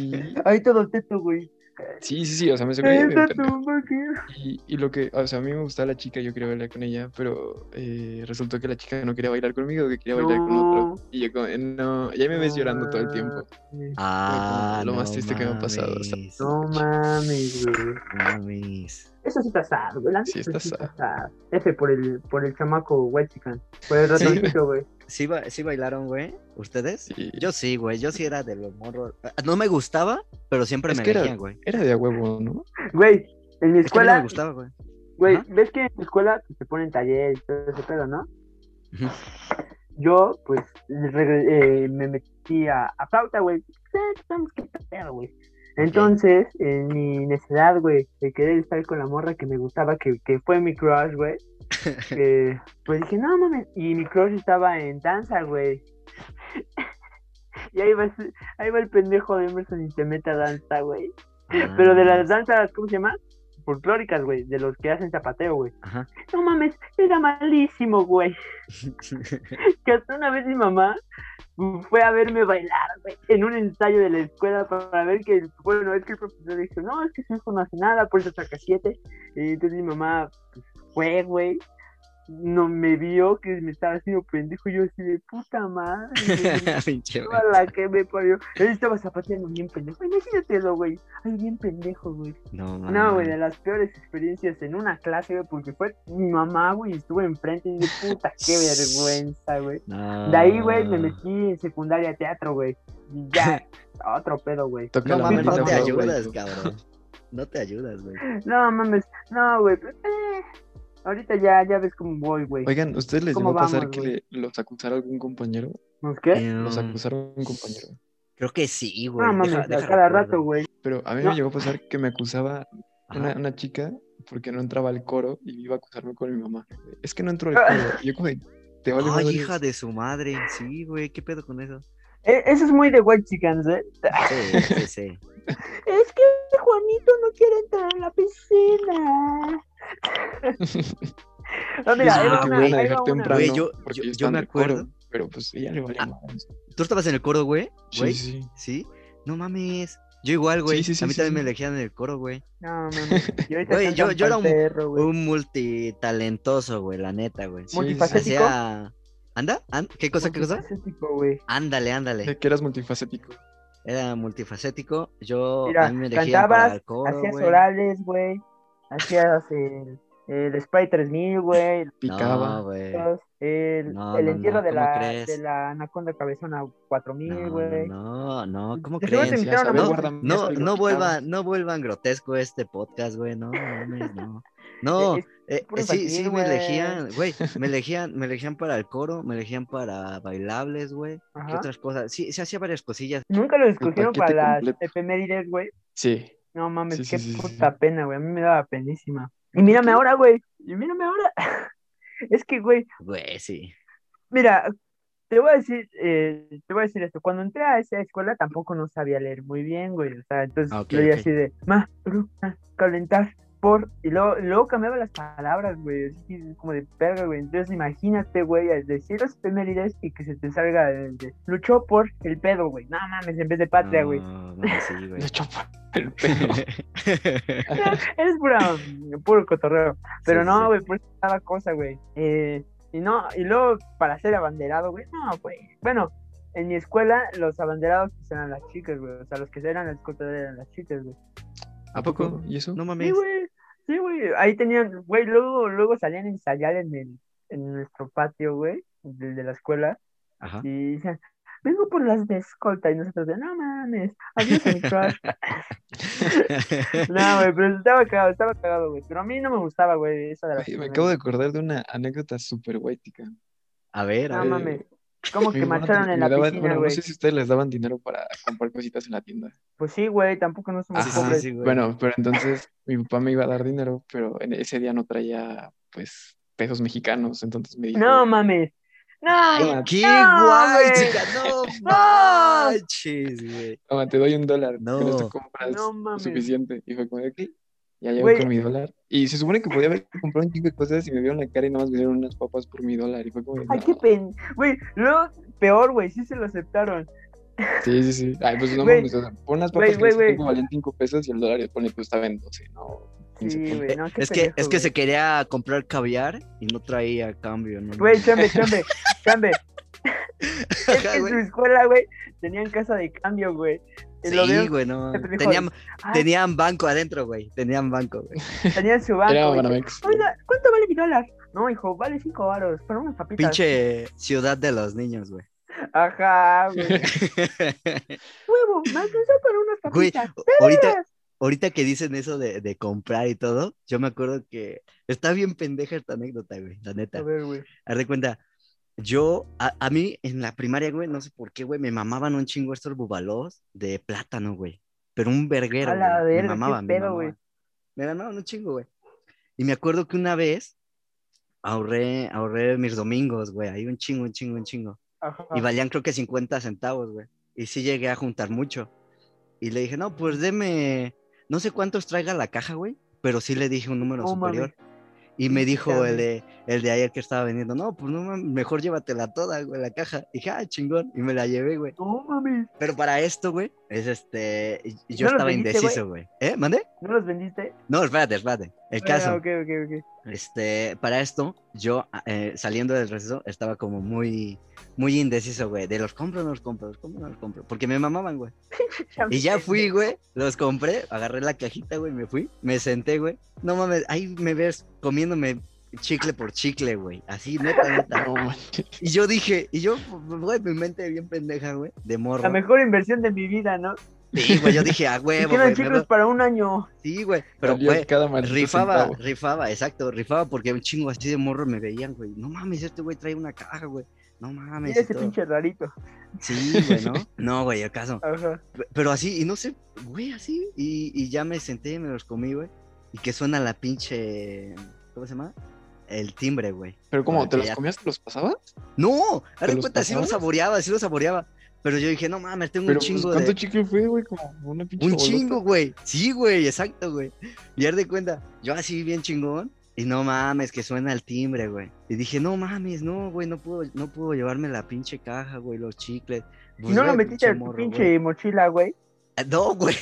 S4: Y-
S3: Ahí todo teto, güey.
S4: sí, sí, sí, o sea, me
S3: Ahí
S4: sorprendió. bien
S3: está tu
S4: pendejo.
S3: mamá, ¿qué?
S4: Y, y lo que, o sea, a mí me gustaba la chica, yo quería bailar con ella, pero eh, resultó que la chica no quería bailar conmigo, que quería bailar con otro. Y yo como, eh, no, ya me ves llorando todo el tiempo.
S2: Ah,
S4: lo más
S2: no
S4: triste que me ha pasado, o sea,
S2: mames,
S3: No mames, güey.
S2: no mames.
S3: Eso sí está sad, güey. La
S4: Sí
S3: neta
S4: está
S3: sad. F por el, por el chamaco Wexican. Por el ratoncito, güey.
S2: ¿Sí, ba- sí bailaron, güey? ¿Ustedes?
S4: Sí.
S2: Yo sí, güey. Yo sí era de los morros. Ah, No me gustaba, pero siempre
S4: Es
S2: me
S4: que era-
S2: elegían, güey.
S4: Era de a huevo, ¿no?
S3: Güey, en mi
S2: Es que a mí no me
S3: escuela,
S2: gustaba, güey.
S3: güey,
S2: Ajá.
S3: ¿ves que en tu escuela pues, te ponen taller y todo ese pedo, no?
S2: Ujú.
S3: Yo, pues, regre- eh, me metí a, a flauta, güey. Eh, vamos, qué pedo, güey. Entonces, en mi necesidad, güey, de querer estar con la morra que me gustaba, que, que fue mi crush, güey, eh, pues dije, no mames. Y mi crush estaba en danza, güey. Y ahí va, ese- ahí va el pendejo de Emerson y se mete a danza, güey. Pero
S2: Ah.
S3: de las danzas, ¿cómo se llama? Folclóricas, güey, de los que hacen zapateo, güey.
S2: Ah, Ajá.
S3: No mames, era malísimo, güey. Que hasta una vez mi mamá fue a verme bailar, güey, en un ensayo de la escuela para ver que, bueno, es que el profesor dijo, no, es que su hijo no hace nada, por eso saca siete. Y entonces mi mamá pues, fue, güey. No me vio que me estaba haciendo pendejo, yo así de puta madre. güey.
S2: Pinche, güey.
S3: Toda la que me parió. Él estaba zapateando bien pendejo. Imagínatelo, güey. Ay, bien pendejo, güey.
S2: No,
S3: No, güey, de
S2: mames.
S3: las peores experiencias en una clase, güey, porque fue mi mamá, güey, y estuve enfrente y dije, puta, qué vergüenza, güey.
S2: No.
S3: De ahí, güey,
S2: Ah.
S3: me metí en secundaria a teatro, güey. Y ya, otro pedo, güey.
S4: Toca
S2: No
S4: la
S2: mames,
S3: mano
S2: no
S4: maldita
S2: te
S4: flauta,
S2: ayudas,
S4: güey.
S2: cabrón. No te ayudas, güey.
S3: No mames, no, güey. pues, eh, Ahorita ya, ya ves cómo voy, güey.
S4: Oigan, ¿ustedes les
S3: ¿Cómo
S4: llegó a pasar
S3: vamos,
S4: que
S3: güey?
S4: le- los acusara algún compañero?
S3: ¿No es qué?
S2: Eh,
S4: Los
S2: um,
S4: acusaron un compañero.
S2: Creo que sí, güey.
S3: No mames,
S2: Deja-
S3: a
S2: deja
S3: cada
S2: recuerdo.
S3: rato, güey.
S4: Pero a mí
S3: No.
S4: me llegó a pasar que me acusaba
S2: Ajá.
S4: una, una chica porque no entraba al coro y iba a acusarme con mi mamá. Es que no entró al coro. Y yo como, de, te vale
S2: Ay,
S4: madres.
S2: hija de su madre. Sí, güey. ¿Qué pedo con eso?
S3: Eh, Eso es muy de white chickens, ¿eh?
S2: Sí, sí, sí.
S3: Es que Juanito no quiere entrar a la piscina. No, mira,
S2: Ah,
S3: ahí
S4: Pues,
S3: va una,
S2: güey,
S3: ahí va
S4: dejar
S3: una.
S4: temprano
S2: Güey, yo-
S4: porque
S2: yo-
S4: ellos
S2: yo me
S4: estaban en el coro,
S2: acuerdo.
S4: pero pues ella le valía
S2: Ah,
S4: madres.
S2: ¿Tú estabas en el coro, güey?
S4: Sí,
S2: Güey,
S4: sí, sí.
S2: ¿Sí? No mames. Yo igual, güey.
S4: Sí, sí, sí,
S2: a mí
S4: sí,
S2: también
S4: sí.
S2: me elegían en el coro, güey.
S3: No, mames. Y ahorita
S2: Güey, yo-
S3: cantan
S2: yo era
S3: pa'l
S2: un-
S3: perro, güey.
S2: Un multitalentoso, güey, la neta, güey.
S4: Sí,
S3: multifacético.
S2: Hacía... ¿Anda? ¿An- ¿Qué cosa, qué cosa?
S3: Multifacético, güey.
S2: Ándale, ándale.
S4: De que eras multifacético.
S2: Era multifacético. Yo
S3: Mira,
S2: a mí me elegían
S3: cantabas,
S2: para el coro,
S3: Hacías
S2: güey.
S3: orales, güey. Hacías el, el Spy 3000, güey.
S2: No,
S4: Picaba.
S2: güey. No,
S3: los- El,
S2: No,
S3: el
S2: no,
S3: entierro
S2: no,
S3: de,
S2: ¿cómo
S3: la,
S2: crees?
S3: de la Anaconda Cabezona 4000,
S2: no,
S3: güey.
S2: no, no, ¿cómo
S3: De seguro te
S2: creen?
S3: invitaron a
S2: No,
S3: ver-
S4: guárdame
S2: No,
S4: esto, y
S2: no
S4: lo picaba.
S2: vuelvan, no vuelvan grotesco este podcast, güey, no, mames, no. No,
S3: E, Es-
S2: eh,
S3: puro
S2: eh, sí, sí,
S3: infantil,
S2: me
S3: güey.
S2: elegían, güey, me elegían, me elegían para el coro, me elegían para bailables, güey, ¿qué
S3: Ajá.
S2: otras cosas? Sí, se hacía varias cosillas.
S3: Nunca lo escogieron
S4: paquete
S3: para las
S4: completo.
S3: efemérides, güey.
S4: Sí.
S3: No mames,
S4: Sí, sí,
S3: qué
S4: sí, sí,
S3: puta
S4: sí.
S3: pena, güey. A mí me daba penísima. Y mírame ahora, güey. Y mírame ahora. es que, güey,
S2: Güey, sí.
S3: Mira, te voy a decir, eh, te voy a decir esto. Cuando entré a esa escuela tampoco no sabía leer muy bien, güey. O sea, entonces
S2: Ah, ok,
S3: yo leía
S2: ok.
S3: así de ma, ru, ah, calentar por y luego, luego cambiaba las palabras, güey. Así como de perga, güey. Entonces imagínate, güey, al decir las efemérides y que se te salga el de, luchó por el pedo, güey. No mames, en vez de patria, güey.
S2: No, mames, sí, güey.
S4: Le chopa el pelo.
S3: Es pura, puro cotorreo. Pero
S2: Sí, sí, sí.
S3: no, güey, por eso cada cosa, güey. Eh, y no, y luego para ser abanderado, güey, no, güey. Bueno, en mi escuela los abanderados pues, eran las chicas, güey. O sea, los que eran las escoltadas eran las chicas, güey.
S4: ¿A poco? ¿Y eso?
S2: No
S3: Sí,
S2: mames.
S3: güey. Sí, güey. Ahí tenían, güey, luego, luego salían a ensayar en el, en nuestro patio, güey, del de la escuela.
S2: Ajá.
S3: Y decían, vengo por las de escolta. Y nosotros de, no mames, adiós a mi crush. No, güey, pero estaba cagado, estaba cagado, güey. Pero a mí no me gustaba, güey, esa de la
S4: Ay, me acabo de acordar de una anécdota súper guay, tica.
S2: A ver, a
S3: No
S2: ver.
S3: mames. Como
S4: Mi
S3: que
S4: mamá
S3: marcharon
S4: te-
S3: en
S4: me
S3: la
S4: daban-
S3: piscina,
S4: bueno,
S3: güey.
S4: No sé si ustedes les daban dinero para comprar cositas en la tienda.
S3: Pues sí, güey, tampoco no somos
S2: Ah, sí,
S3: pobres.
S2: sí, güey.
S4: Bueno, pero entonces mi papá me iba a dar dinero, pero en ese día no traía, pues, pesos mexicanos. Entonces me dijo,
S3: No mames. No,
S4: Toma,
S2: ¡Qué
S3: No,
S2: guay,
S3: güey.
S2: chica! ¡No manches, güey!
S4: toma, te doy un dólar. Con
S2: No.
S4: esto compras
S3: no mames.
S4: suficiente. Y fue como de aquí. Ya llevo
S3: Güey.
S4: con mi dólar. Y se supone que podía haber comprado un chingo de cosas y me vieron la cara y nada más me dieron unas papas por mi dólar. Y fue como de,
S3: Ay,
S4: no.
S3: qué pen. Güey, luego, peor, güey, sí se lo aceptaron.
S4: Sí, sí, sí. Ay, pues no
S3: Güey.
S4: mames. o sea, pon unas
S3: Güey, güey,
S4: papas que en ese
S3: güey.
S4: tiempo valían 5 pesos y el dólar pone pues estaba en 12, ¿no? 15
S3: Sí,
S4: puntos.
S3: güey, no, qué
S2: Es que, es
S3: pendejo,
S2: que
S3: güey.
S2: se quería comprar caviar y no traía cambio, ¿no?
S3: Güey, chambe, chambe, chambe. Es
S2: Ajá,
S3: que en
S2: güey.
S3: su escuela, güey, tenían casa de cambio, güey. Y lo
S2: Sí,
S3: vieron-
S2: güey, no.
S3: Siempre dijo,
S2: Tenían,
S3: ah,
S2: tenían banco adentro, güey. Tenían banco, güey.
S3: tenían su banco.
S4: Era
S3: güey.
S4: Banamex.
S3: Oiga, ¿cuánto vale mi dólar? No, hijo, vale cinco varos, pero unas papitas.
S2: Pinche ciudad de los niños, güey.
S3: Ajá, güey. Huevo, me alcanzó para unas
S2: Güey,
S3: papitas.
S2: ahorita, ahorita que dicen eso de, de comprar y todo, yo me acuerdo que está bien pendeja esta anécdota, güey, la
S3: A
S2: neta.
S3: ver, güey.
S2: Haz de cuenta, yo, a, a mí en la primaria, güey, no sé por qué, güey, me mamaban un chingo estos bubalos de plátano, güey. Pero un verguero,
S3: A la
S2: güey. Me
S3: verga, qué
S2: mamaban, me
S3: pedo, güey.
S2: mamaban. Me mamaban un chingo, güey. Y me acuerdo que una vez ahorré, ahorré mis domingos, güey, ahí un chingo, un chingo, un chingo.
S3: Ajá.
S2: Y valían creo que 50 centavos, güey. Y sí llegué a juntar mucho. Y le dije, no, pues deme, no sé cuántos traiga la caja, güey, pero sí le dije un número
S3: No mames.
S2: superior. Y me dijo
S3: Chale.
S2: el de, el de ayer que estaba vendiendo, no, pues no, mames, mejor llévatela toda, güey, la caja. Y dije, ah, chingón. Y me la llevé, güey.
S3: No mames,
S2: Pero para esto, güey, es este, yo
S3: ¿No los
S2: estaba
S3: vendiste, güey?
S2: indeciso, güey. ¿Eh? ¿Mandé?
S3: ¿no los vendiste?
S2: No, espérate, espérate. El caso.
S3: Ah, ok, ok, ok.
S2: Este, para esto, yo eh, saliendo del receso estaba como muy, muy indeciso, güey. De los compro, o no los compro, los compro, o no los compro. Porque me mamaban, güey. Y ya fui, güey. Los compré, agarré la cajita, güey, me fui, me senté, güey. No mames, ahí me ves comiéndome chicle por chicle, güey. Así, neta, neta.
S4: No manches.
S2: Y yo dije, y yo, güey, mi mente bien pendeja, güey, de morro.
S3: La mejor inversión de mi vida, ¿no?
S2: Sí, güey, yo dije, ah,
S3: Y
S2: güey,
S3: tienen
S2: güey, me
S3: chicos
S2: veo-
S3: para un año.
S2: sí, güey. Pero,
S4: Valió
S2: güey,
S4: cada maldito
S2: Rifaba,
S4: centavo.
S2: rifaba, exacto, rifaba porque un chingo así de morro me veían, güey. No mames, este güey trae una caja, güey. No mames.
S3: Mira
S2: y
S3: ese
S2: todo.
S3: pinche rarito.
S2: Sí, güey, ¿no? No, güey, acaso.
S3: Ajá.
S2: Pero así, y no sé, güey, así. Y, y ya me senté, me los comí, güey. Y que suena la pinche. ¿Cómo se llama? El timbre, güey.
S4: Pero ¿cómo?
S2: Bueno,
S4: ¿Te
S2: que
S4: los
S2: ya-
S4: comías? ¿Te los pasabas?
S2: No, haz de
S4: los
S2: cuenta, sí lo
S4: pasabas?
S2: saboreaba, sí lo saboreaba. Pero yo dije, no mames, tengo
S4: Pero
S2: un
S4: pues,
S2: chingo
S4: ¿cuánto
S2: de.
S4: chicle fue, güey? Como una pinche
S2: Un
S4: bolota.
S2: chingo, güey. Sí, güey, exacto, güey. Y haz de cuenta, yo así bien chingón. Y no mames, que suena el timbre, güey. Y dije, no mames, no, güey, no puedo, no puedo llevarme la pinche caja, güey, los chicles.
S3: Y
S2: Pues,
S3: no lo
S2: güey,
S3: metiste en tu
S2: morro,
S3: pinche
S2: güey.
S3: mochila, güey.
S2: Ah, No, güey.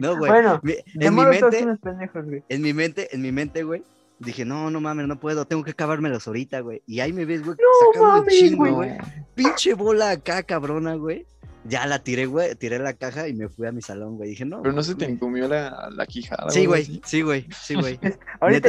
S2: No, güey.
S3: Bueno,
S2: Mi-
S3: de
S2: en, mi
S3: modo todos
S2: mente,
S3: son unos pendejos, güey.
S2: en mi mente, en mi mente, güey. Dije, no, no mames, no puedo, tengo que acabármelos ahorita, güey. Y ahí me ves, güey,
S3: No
S2: sacando un
S3: mames,
S2: chingo,
S3: güey.
S2: güey. Pinche bola acá, cabrona, güey. Ya la tiré, güey, tiré la caja y me fui a mi salón, güey. Dije, no.
S4: Pero no se
S2: mames".
S4: te encomió la, la quijada.
S2: Sí,
S4: o algo
S2: güey,
S4: así.
S2: sí, güey, sí, güey.
S3: Ahorita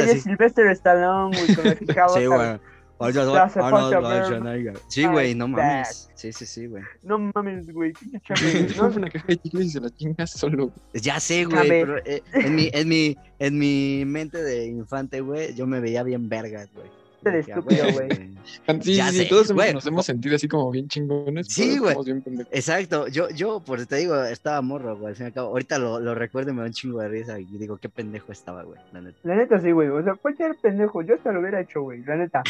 S2: Neta,
S3: ya
S2: sí.
S3: es Sylvester Stallone, güey, con la quijada.
S2: Sí, güey. Arnold-
S3: That's a
S2: Arnold
S3: fucking verb.
S2: Schwarzenegger. Sí, güey, no
S3: Back.
S2: mames. Sí, sí, sí, güey.
S3: No mames, güey. pinche chame,
S4: Te
S3: güey, no,
S4: compras una caja de chicles y se la chingas solo. güey.
S2: Ya sé, güey,
S3: Chame.
S2: pero eh, en mi, en mi, en mi mente de infante, güey, yo me veía bien vergas, güey.
S3: Este de
S2: Decía,
S3: estúpido,
S2: "Güey,
S3: güey".
S2: güey".
S4: Ah, Sí,
S2: Ya
S4: sí,
S2: sé,
S4: sí, todos hemos-
S2: güey.
S4: nos hemos sentido así como bien chingones.
S2: Sí,
S4: pero
S2: güey.
S4: somos bien pendejos.
S2: Exacto, yo, yo, por te digo, estaba morro, güey, al fin y al cabo. Ahorita lo, lo recuerdo y me da un chingo de risa y digo, qué pendejo estaba, güey, la neta.
S3: La neta sí, güey. O sea, cualquier pendejo, yo hasta lo hubiera hecho, güey. La neta.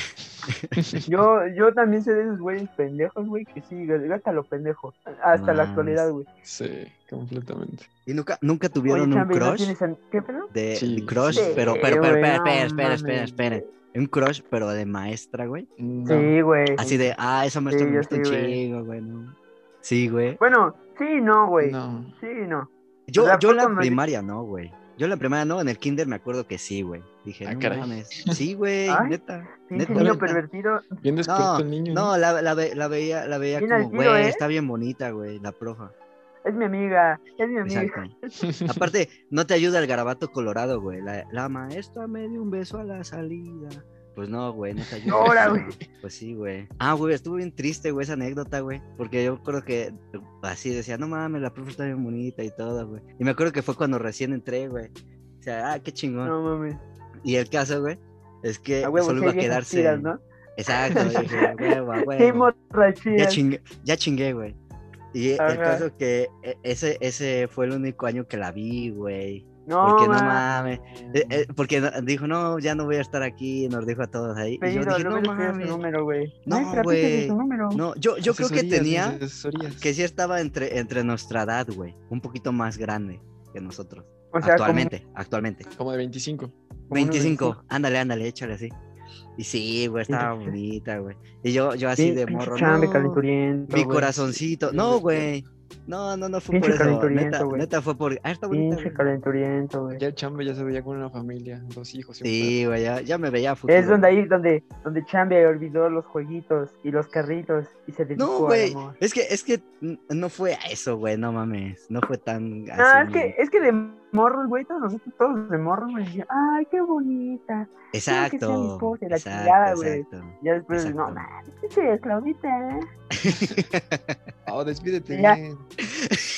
S3: Yo, yo también soy de esos güeyes pendejos, güey, que sí, gata lo pendejo. Hasta la
S2: Mames.
S3: actualidad, güey.
S4: Sí, completamente.
S2: ¿Y nunca, nunca
S3: Oye,
S2: tuvieron un
S3: Chambi, ¿no
S2: crush?
S3: tienes an- ¿Qué pedo?
S2: De,
S4: Sí,
S2: de crush,
S4: sí,
S2: pero,
S4: güey,
S2: pero, pero,
S3: güey,
S2: espera,
S3: no
S2: espera, espera, espera,
S3: mames.
S2: espera. Un crush, pero de maestra, güey.
S4: No.
S2: Mm,
S3: Sí, güey.
S2: Así de, ah, esa maestra
S3: Sí,
S2: me
S3: yo
S2: gusta un
S3: sí, güey.
S2: chingo, güey, no. Sí, güey.
S3: Bueno, sí, no, güey.
S4: No.
S3: Sí, no.
S2: Yo,
S3: O sea,
S2: yo en la
S3: poco me di-
S2: primaria no, güey. Yo en la primaria no, en el kinder me acuerdo que sí, güey. Dije,
S4: Ah,
S2: no
S4: caray.
S2: mames. Sí, güey,
S3: Ay,
S2: neta.
S3: Pinche
S2: neta,
S3: niño
S2: neta.
S3: pervertido.
S4: Bien despierto el niño.
S2: No, la, la, ve- la veía, la veía
S3: Bien al
S2: como,
S3: tiro,
S2: güey,
S3: ¿eh?
S2: está bien bonita, güey, la profa.
S3: Es mi amiga. Es mi amiga.
S2: Exacto. Aparte, no te ayuda el garabato colorado, güey. La, la maestra me dio un beso a la salida. pues no, güey, no te ayuda.
S3: Ahora, güey.
S2: Pues sí, güey. Ah, güey, estuvo bien triste, güey, esa anécdota, güey. Porque yo creo que así decía, no mames, la profe está bien bonita y todo, güey. Y me acuerdo que fue cuando recién entré, güey. O sea, ah, qué chingón.
S3: No mames.
S2: Y el caso, güey, es que
S3: A huevo,
S2: Eh, solo
S3: sí
S2: iba a
S3: hay viejas
S2: quedarse.
S3: chidas, ¿no?
S2: Exacto, dije, "A huevo, a
S3: Sí,
S2: huevo".
S3: morras
S2: Ya
S3: chidas.
S2: chingué, ya chingué, güey. Y el
S3: Ajá.
S2: caso que e- ese, ese fue el único año que la vi, güey.
S3: No,
S2: porque no
S3: mames.
S2: mames. Eh, eh, porque no- dijo, no, ya no voy a estar aquí. Nos dijo a todos ahí. Y yo
S3: Pedido,
S2: dije,
S3: no
S2: no
S3: me su
S2: mames.
S3: número, güey.
S2: No,
S3: Maestra,
S2: güey.
S3: pídele su número.
S2: No, yo, yo creo que
S4: Asesorías,
S2: tenía,
S4: mis asesorías.
S2: que sí estaba entre, entre nuestra edad, güey. Un poquito más grande que nosotros.
S3: O sea,
S2: actualmente, actualmente.
S4: Como de 25.
S3: como- como unos
S2: 25, ándale, ándale, échale así. Y sí, güey, estaba bonita, güey. Y yo, yo así
S3: Sí,
S2: de
S3: pinche
S2: morro,
S3: Chambe
S2: no,
S3: calenturiento.
S2: Mi
S3: güey.
S2: corazoncito.
S4: Sí,
S2: No,
S4: güey.
S2: güey. No, no, no fue
S3: Pinche
S2: por eso.
S3: calenturiento,
S2: Neta,
S3: güey.
S2: neta fue por. Ah, está bonita.
S3: Pinche
S2: güey.
S3: calenturiento, güey.
S4: Ya el chambe ya se veía con una familia, dos hijos. y un
S2: Sí, güey, ya, ya me veía a futuro.
S3: Es donde ahí, donde, donde Chambe olvidó los jueguitos y los carritos y se dedicó
S2: No,
S3: al
S2: güey.
S3: amor.
S2: Es que, es que n- no fue a eso, güey. No mames. No fue tan. Así,
S3: Ah, es
S2: güey.
S3: que, es que de morros, güey, todos nosotros, todos de morros, güey, decían, ay, qué bonita. sea mi
S2: Exacto.
S3: pose, la
S2: exacto,
S3: chingada, güey.
S2: exacto.
S3: Ya después, no,
S2: Exacto.
S3: man, ¿qué es, Claudita? ¿eh?
S4: par. Oh, despídete
S3: Ya.
S4: bien.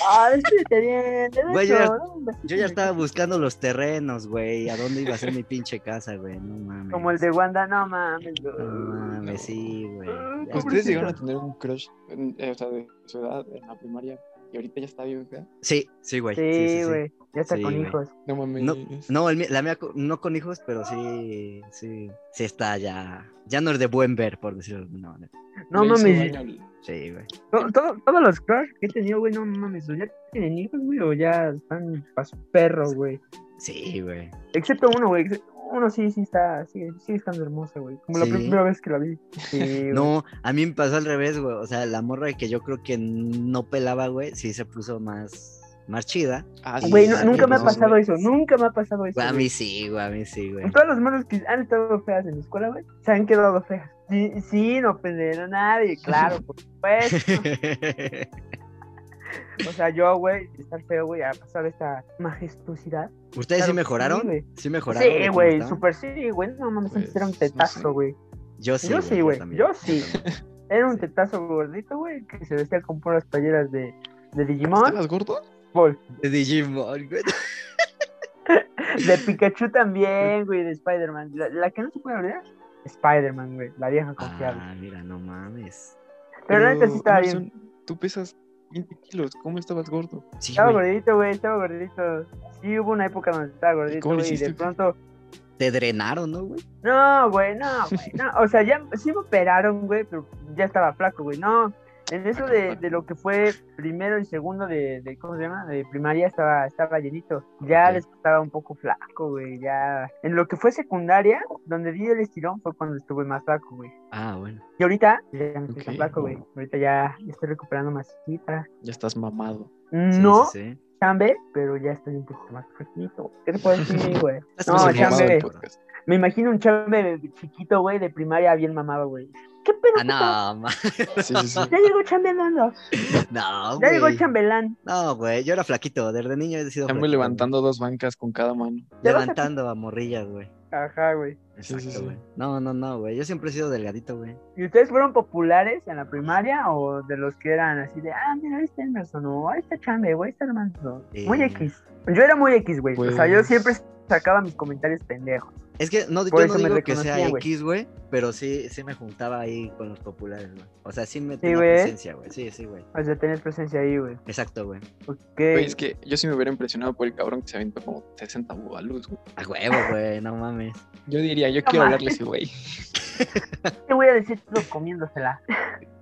S3: Ah, despídete bien, de
S2: Güey, yo ya-
S3: hecho, dame un besito
S2: Yo
S3: en
S2: ya
S3: el
S2: estaba buscando los terrenos, güey. ¿A dónde iba a ser mi pinche casa, güey? No mames.
S3: Como el de Wanda, no mames, güey.
S2: No mames,
S4: No.
S2: sí, güey.
S3: Ah,
S2: Ya.
S3: ¿cómo
S4: Pues, ¿Ustedes
S3: Pobrecito.
S4: llegaron a tener un crush, en- eh, o sea, de su edad, en la primaria? Y ahorita ya está bien, ¿verdad?
S2: Sí, sí, güey. sí, sí,
S3: Sí,
S2: sí.
S3: güey, ya está
S2: Sí,
S3: con
S2: güey.
S3: hijos.
S4: No mames.
S2: No, No, el mi- la mía co- no con hijos, pero sí, sí, sí está ya, ya no es de buen ver, por decirlo de alguna manera.
S3: No
S4: Le hizo
S3: mames,
S4: daño al-
S2: Sí, güey.
S3: to- to- todos los crush que he tenido, güey, no mames, o ya tienen hijos, güey, o ya están pa' su perro, güey.
S2: Sí, güey.
S3: Excepto uno, güey. exce- Uno sí, sí está, sí, sigue estando hermosa, güey. Como
S2: Sí.
S3: la primera vez que la vi. Sí, güey.
S2: No, a mí me pasó al revés, güey. O sea, la morra que yo creo que no pelaba, güey, sí se puso más, más chida.
S4: Ah, sí,
S3: Güey,
S4: sí,
S3: no-
S4: sí,
S3: nunca me ha
S4: sí,
S3: pasado
S4: güey.
S3: eso, nunca me ha pasado eso.
S2: Güey, a
S3: güey. Pues
S2: mí sí, güey, a mí sí, güey.
S3: Todas las manos que han estado feas en la escuela, güey, se han quedado feas. Sí, sí, no ofender a nadie, claro, por supuesto. O sea, yo, güey, estar feo, güey, a pasar esta majestuosidad.
S2: ¿Ustedes
S3: Claro que
S2: sí
S3: sí,
S2: mejoraron?
S3: güey.
S2: Sí mejoraron. de
S3: Sí,
S2: cómo
S3: güey,
S2: estaban?
S3: súper sí, güey. No mames,
S4: Pues,
S3: antes era un
S4: no sé.
S3: tetazo, güey.
S2: Yo sí.
S3: yo sí, güey,
S2: también,
S3: yo sí.
S2: también.
S3: Era un
S2: Sí.
S3: tetazo gordito, güey, que se vestía con puras playeras de, de Digimon.
S4: ¿Estabas gordo?
S3: Ball.
S2: De Digimon, güey.
S3: De Pikachu también, güey, de Spider-Man. La, la que no se puede olvidar, Spider-Man, güey, la vieja confiable.
S2: Ah, mira, no mames.
S3: pero la neta sí estaba bien.
S4: Emerson, Tú pesas 20 kilos, ¿cómo estabas gordo?
S2: Sí,
S3: Estaba
S2: güey.
S3: gordito, güey, estaba gordito. Sí, hubo una época donde estaba gordito,
S4: cómo lo
S3: güey, y de
S4: hiciste?
S3: pronto.
S2: Te drenaron, ¿no, güey?
S3: No, güey, no, güey, no. O sea, ya sí me operaron, güey, pero ya estaba flaco, güey. No, en eso de, de lo que fue primero y segundo de, de- ¿cómo se llama? De primaria estaba, estaba llenito. Ya
S2: Ok.
S3: después estaba un poco flaco, güey, ya. En lo que fue secundaria, donde di el estirón fue cuando estuve más flaco, güey.
S2: Ah, bueno.
S3: Y ahorita ya no estoy tan
S4: Ok.
S3: flaco, güey. Ahorita ya ya estoy recuperando masita.
S4: Ya estás mamado.
S2: Sí,
S3: No
S2: sí, sí.
S3: chambe, pero ya estoy un poquito más flaquito. ¿Qué te puedo decir, güey?
S2: Estás
S3: No,
S2: más
S3: chambe.
S4: Estás mamado del
S2: mamado, güey.
S4: podcast.
S3: Me imagino un chambe chiquito, güey, de primaria bien mamado, güey. ¿Qué pedo?
S2: Ah, no, ma-
S4: Sí, sí, sí.
S3: Ya llegó chambeando.
S2: no,
S3: Ya llegó
S2: güey.
S3: el chambelán.
S2: No, güey, yo era flaquito, desde niño he sido
S4: Chambe
S2: flaquito,
S4: levantando dos bancas con cada mano.
S2: güey.
S3: Ya vas a-
S2: Levantando a morrillas, güey.
S3: Ajá, güey.
S4: Sí, sí,
S2: Exacto,
S4: sí.
S2: güey. No, no, no, güey, yo siempre he sido delgadito, güey.
S3: ¿Y ustedes fueron populares en la primaria o de los que eran así de, ah, mira, ahí está Emerson, o ahí está Chambe, güey, ahí está Armando? Muy
S2: Eh.
S3: X. Yo era muy X, güey. O sea, yo
S4: Pues-
S3: siempre sacaba mis comentarios pendejos.
S2: Es que no,
S3: Por
S2: yo no
S3: eso me
S2: digo que sea
S3: reconocía, güey.
S2: X, güey, pero sí, sí me juntaba ahí con los populares, güey. O sea, sí me tenía
S3: güey.
S2: presencia, güey. Sí, sí, güey.
S3: O sea, tenías presencia ahí, güey.
S2: Exacto, güey.
S3: Ok.
S4: Güey,
S2: Pues
S4: es que yo sí me hubiera impresionado por el cabrón que se aventó como 60 bubalus, güey.
S2: A huevo, güey, no mames.
S4: Yo diría, yo quiero
S3: mames.
S4: hablarle a ese güey.
S3: Te voy a decir todo comiéndosela.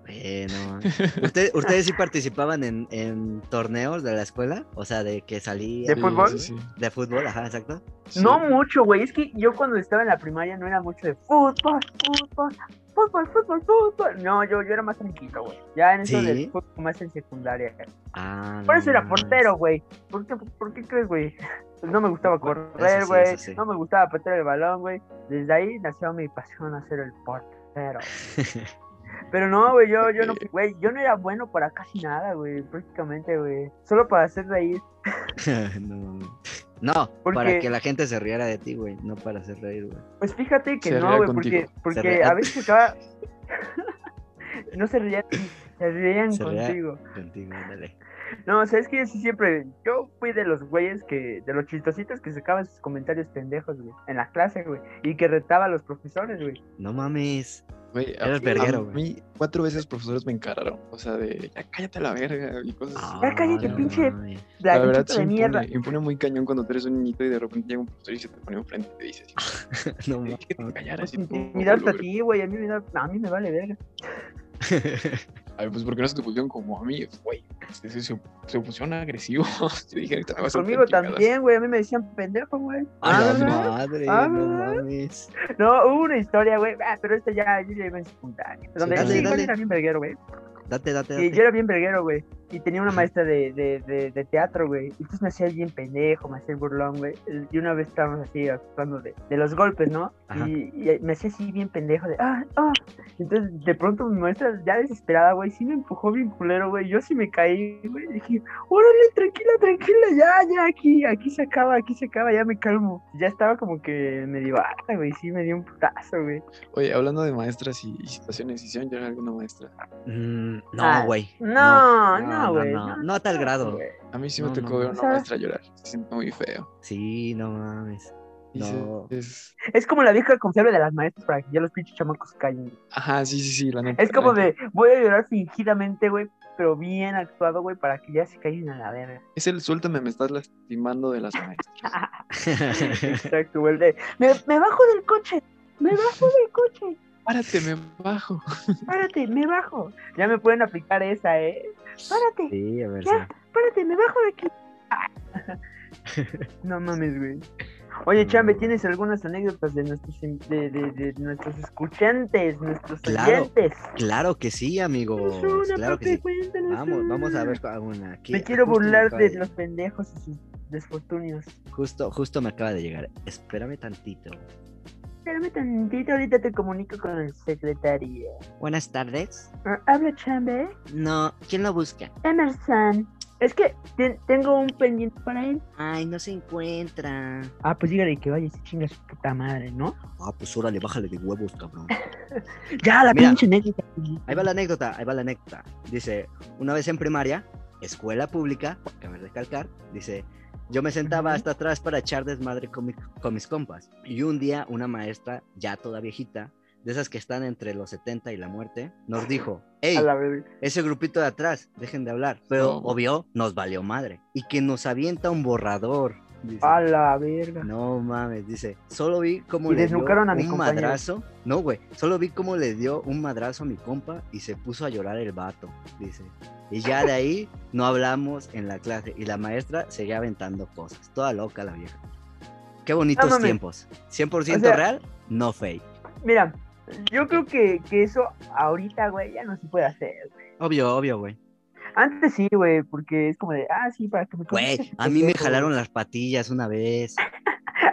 S2: Güey, no mames. ¿Usted- ¿Ustedes sí participaban en, en torneos de la escuela? O sea, de que salía.
S3: ¿De fútbol?
S4: Sí, sí,
S2: De fútbol, ajá, exacto.
S4: sí.
S3: No mucho, güey. Es que yo cuando estaba en la primaria no era mucho de fútbol, fútbol, fútbol, fútbol, fútbol. No, yo, yo era más tranquilo, güey. Ya en eso
S2: ¿Sí?
S3: del fútbol más en secundaria.
S2: Ah,
S3: Por
S2: no
S3: eso era
S2: mames.
S3: portero, güey. ¿Por qué, por qué crees, güey? Pues no me gustaba
S2: Bueno,
S3: correr,
S2: eso sí,
S3: güey.
S2: eso sí.
S3: No me gustaba patear el balón, güey. Desde ahí nació mi pasión a ser el portero. güey. Pero no, güey, yo, yo no,
S4: Ok.
S3: güey, yo no era bueno para casi nada, güey, prácticamente, güey. Solo para hacer reír.
S2: no mames. No,
S3: Porque-
S2: para que la gente se riera de ti, güey. No para hacer reír, güey.
S3: Pues fíjate que
S4: Se
S3: no,
S4: ría
S3: güey, porque,
S4: contigo.
S2: Se
S3: porque
S2: ría.
S3: a veces acaba. no se rían, se rían
S2: Se ría.
S3: contigo.
S2: Contigo, dale.
S3: No, sabes que yo sí siempre, yo fui de los güeyes que, de los chistositos que sacaban sus comentarios pendejos, güey, en la clase, güey, y que retaba a los profesores, güey.
S2: No mames.
S4: Güey, a,
S2: Eras verguero,
S4: a
S2: güey.
S4: mí cuatro veces profesores me encararon. O sea, de ya cállate a la verga y cosas así.
S3: Pues Ya cállate,
S2: Ah,
S3: pinche-
S2: mames.
S3: La,
S4: la verdad
S3: chuta
S4: sí
S3: de mierda.
S4: impone, impone muy cañón cuando tú eres un niñito y de repente llega un profesor y se te pone enfrente y te dice así,
S2: No
S4: "Te
S2: mames.
S4: dije que te callaras y tú,
S3: Intimidarte a
S4: boludo".
S3: ti, güey, a mí me da, a mí me vale verga.
S4: Ay, pues porque no se te pusieron como a mí, güey. Se, se, se- se pusieron agresivos. Yo dije, ahorita me vas a
S3: Conmigo
S4: meter chingadas.
S3: también, güey, a mí me decían pendejo, güey.
S2: A la
S3: Ah, ¿verdad?
S2: madre,
S3: Ah,
S2: no
S3: ¿verdad?
S2: mames.
S3: No, hubo una historia, güey, ah, pero esta ya, yo ya iba en secundaria. Donde
S2: dale,
S3: sí, igual
S2: dale.
S3: era bien verguero, güey.
S2: Date, date,
S3: Sí, yo
S2: date.
S3: era bien verguero, güey. Y tenía una maestra de, de, de, de teatro, güey. Y entonces me hacía el bien pendejo, me hacía el burlón, güey. Y una vez estábamos así actuando de, de los golpes, ¿no?
S2: Ajá.
S3: Y, y me hacía así bien pendejo de, ah, ah. Entonces de pronto mi maestra, ya desesperada, güey, sí me empujó bien culero, güey. Yo sí me caí, güey. Dije, órale, tranquila, tranquila, ya, ya, aquí, aquí se acaba, aquí se acaba, ya me calmo. Ya estaba como que medio, ah, güey, sí, me dio un putazo, güey.
S4: Oye, hablando de maestras y, y situaciones, ¿hicieron llorar a alguna maestra?
S2: Mm,
S3: Ah,
S2: no, güey.
S3: No, no, güey.
S2: No, no a tal grado.
S3: güey.
S4: A mí sí
S2: No,
S4: me
S2: no,
S4: tocó ver
S2: no.
S4: a una
S3: ¿Sabes?
S4: maestra llorar. Se siente muy feo.
S2: Sí, no mames. No.
S4: Dices,
S3: Es como la vieja confiable de las maestras para que ya los pinches chamacos callen.
S4: Ajá, sí, sí, sí, la neta.
S3: Es como
S4: la neta.
S3: de, voy a llorar fingidamente, güey, pero bien actuado, güey, para que ya se callen a la verga.
S4: Es el suéltame, me estás lastimando de las maestras.
S3: Exacto, güey. de, Me, me bajo del coche, me bajo del coche,
S4: Párate, me bajo.
S3: párate, me bajo. Ya me pueden aplicar esa, ¿eh? Párate,
S2: sí, a ver.
S3: Ya. párate, me bajo de aquí. No mames, güey. Oye, Chambe, ¿tienes algunas anécdotas de nuestros, in- de, de- de nuestros escuchantes, nuestros
S2: Claro.
S3: oyentes?
S2: sí. Claro que sí, amigos.
S3: Cuéntanos una,
S2: Claro que
S3: papi,
S2: sí.
S3: cuéntanos
S2: Vamos,
S3: una.
S2: vamos a ver alguna aquí.
S3: Me quiero
S2: Justo
S3: burlar
S2: acaba
S3: de los pendejos y sus desfortunios.
S2: Justo, justo me acaba de llegar. Espérame tantito.
S3: Espérame tantito, ahorita te comunico con el secretario.
S2: Buenas tardes.
S3: Ah, Habla Chambe,
S2: No, ¿quién lo busca?
S3: Emerson. Es que te- tengo un pendiente para él.
S2: Ay, no se encuentra.
S3: Ah, pues dígale que vaya y se chinga su puta madre, ¿no?
S2: Ah, pues órale, bájale de huevos, cabrón.
S3: Ya, la
S2: Mira.
S3: pinche anécdota.
S2: Ahí va la anécdota, ahí va la anécdota. Dice, una vez en primaria, escuela pública, cabe recalcar, dice, yo me sentaba
S3: Ujú.
S2: hasta atrás para echar desmadre con, mi- con mis compas. Y un día una maestra, ya toda viejita, de esas que están entre los 70 y la muerte, nos dijo, hey,
S3: A la bebé.
S2: ese grupito de atrás, dejen de hablar. Pero
S4: No.
S2: obvio, nos valió madre. Y que nos avienta un borrador. dice.
S3: A la verga.
S2: No mames, dice. Solo vi cómo
S3: Y
S2: le
S3: desnucaron
S2: dio
S3: a mi
S2: un
S3: compañero.
S2: madrazo. No, güey. Solo vi cómo le dio un madrazo a mi compa y se puso a llorar el vato, dice. Y ya de ahí no hablamos en la clase. Y la maestra seguía aventando cosas. Toda loca la vieja. Qué bonitos
S3: mames.
S2: tiempos. 100%
S3: O sea-
S2: real, no fake.
S3: Mira, yo creo que, que eso ahorita, güey, ya no se puede hacer.
S2: Obvio, obvio, güey.
S3: Antes sí, güey, porque es como de, ah, sí, para que me
S2: Güey,
S3: conozcas,
S2: a mí me
S3: pendejo.
S2: jalaron las patillas una vez.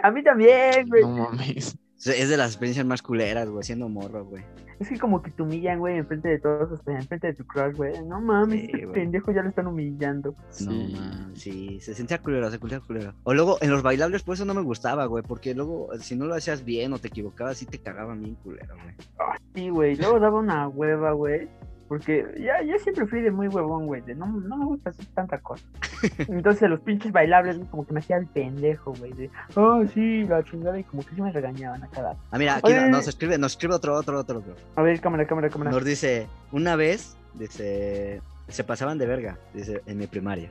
S3: A mí también, güey.
S4: No mames.
S2: Es de las experiencias más culeras, güey, siendo morro, güey.
S3: Es que como que te humillan, güey, enfrente de todos, hasta enfrente de tu crush, güey. No mames,
S2: Sí,
S3: este
S2: güey.
S3: pendejo ya lo están humillando.
S2: No,
S4: Sí.
S2: man, sí, se sentía culero, se sentía culero. O luego, en los bailables, por eso no me gustaba, güey, porque luego, si no lo hacías bien o te equivocabas, sí te cagaban bien culero, güey.
S3: Sí, güey, luego daba una hueva, güey. Porque ya, yo siempre fui de muy huevón, güey. De no, no me gusta hacer tanta cosa. Entonces los pinches bailables, güey, como que me hacían pendejo, güey. De, oh, sí, la chingada. Y como que se me regañaban a cada.
S2: Ah, mira, aquí no-
S3: Oye.
S2: nos escribe, nos escribe otro, otro, otro, otro.
S3: A ver, cámara, cámara, cámara.
S2: Nos dice, una vez, dice, se pasaban de verga, dice, en mi primaria.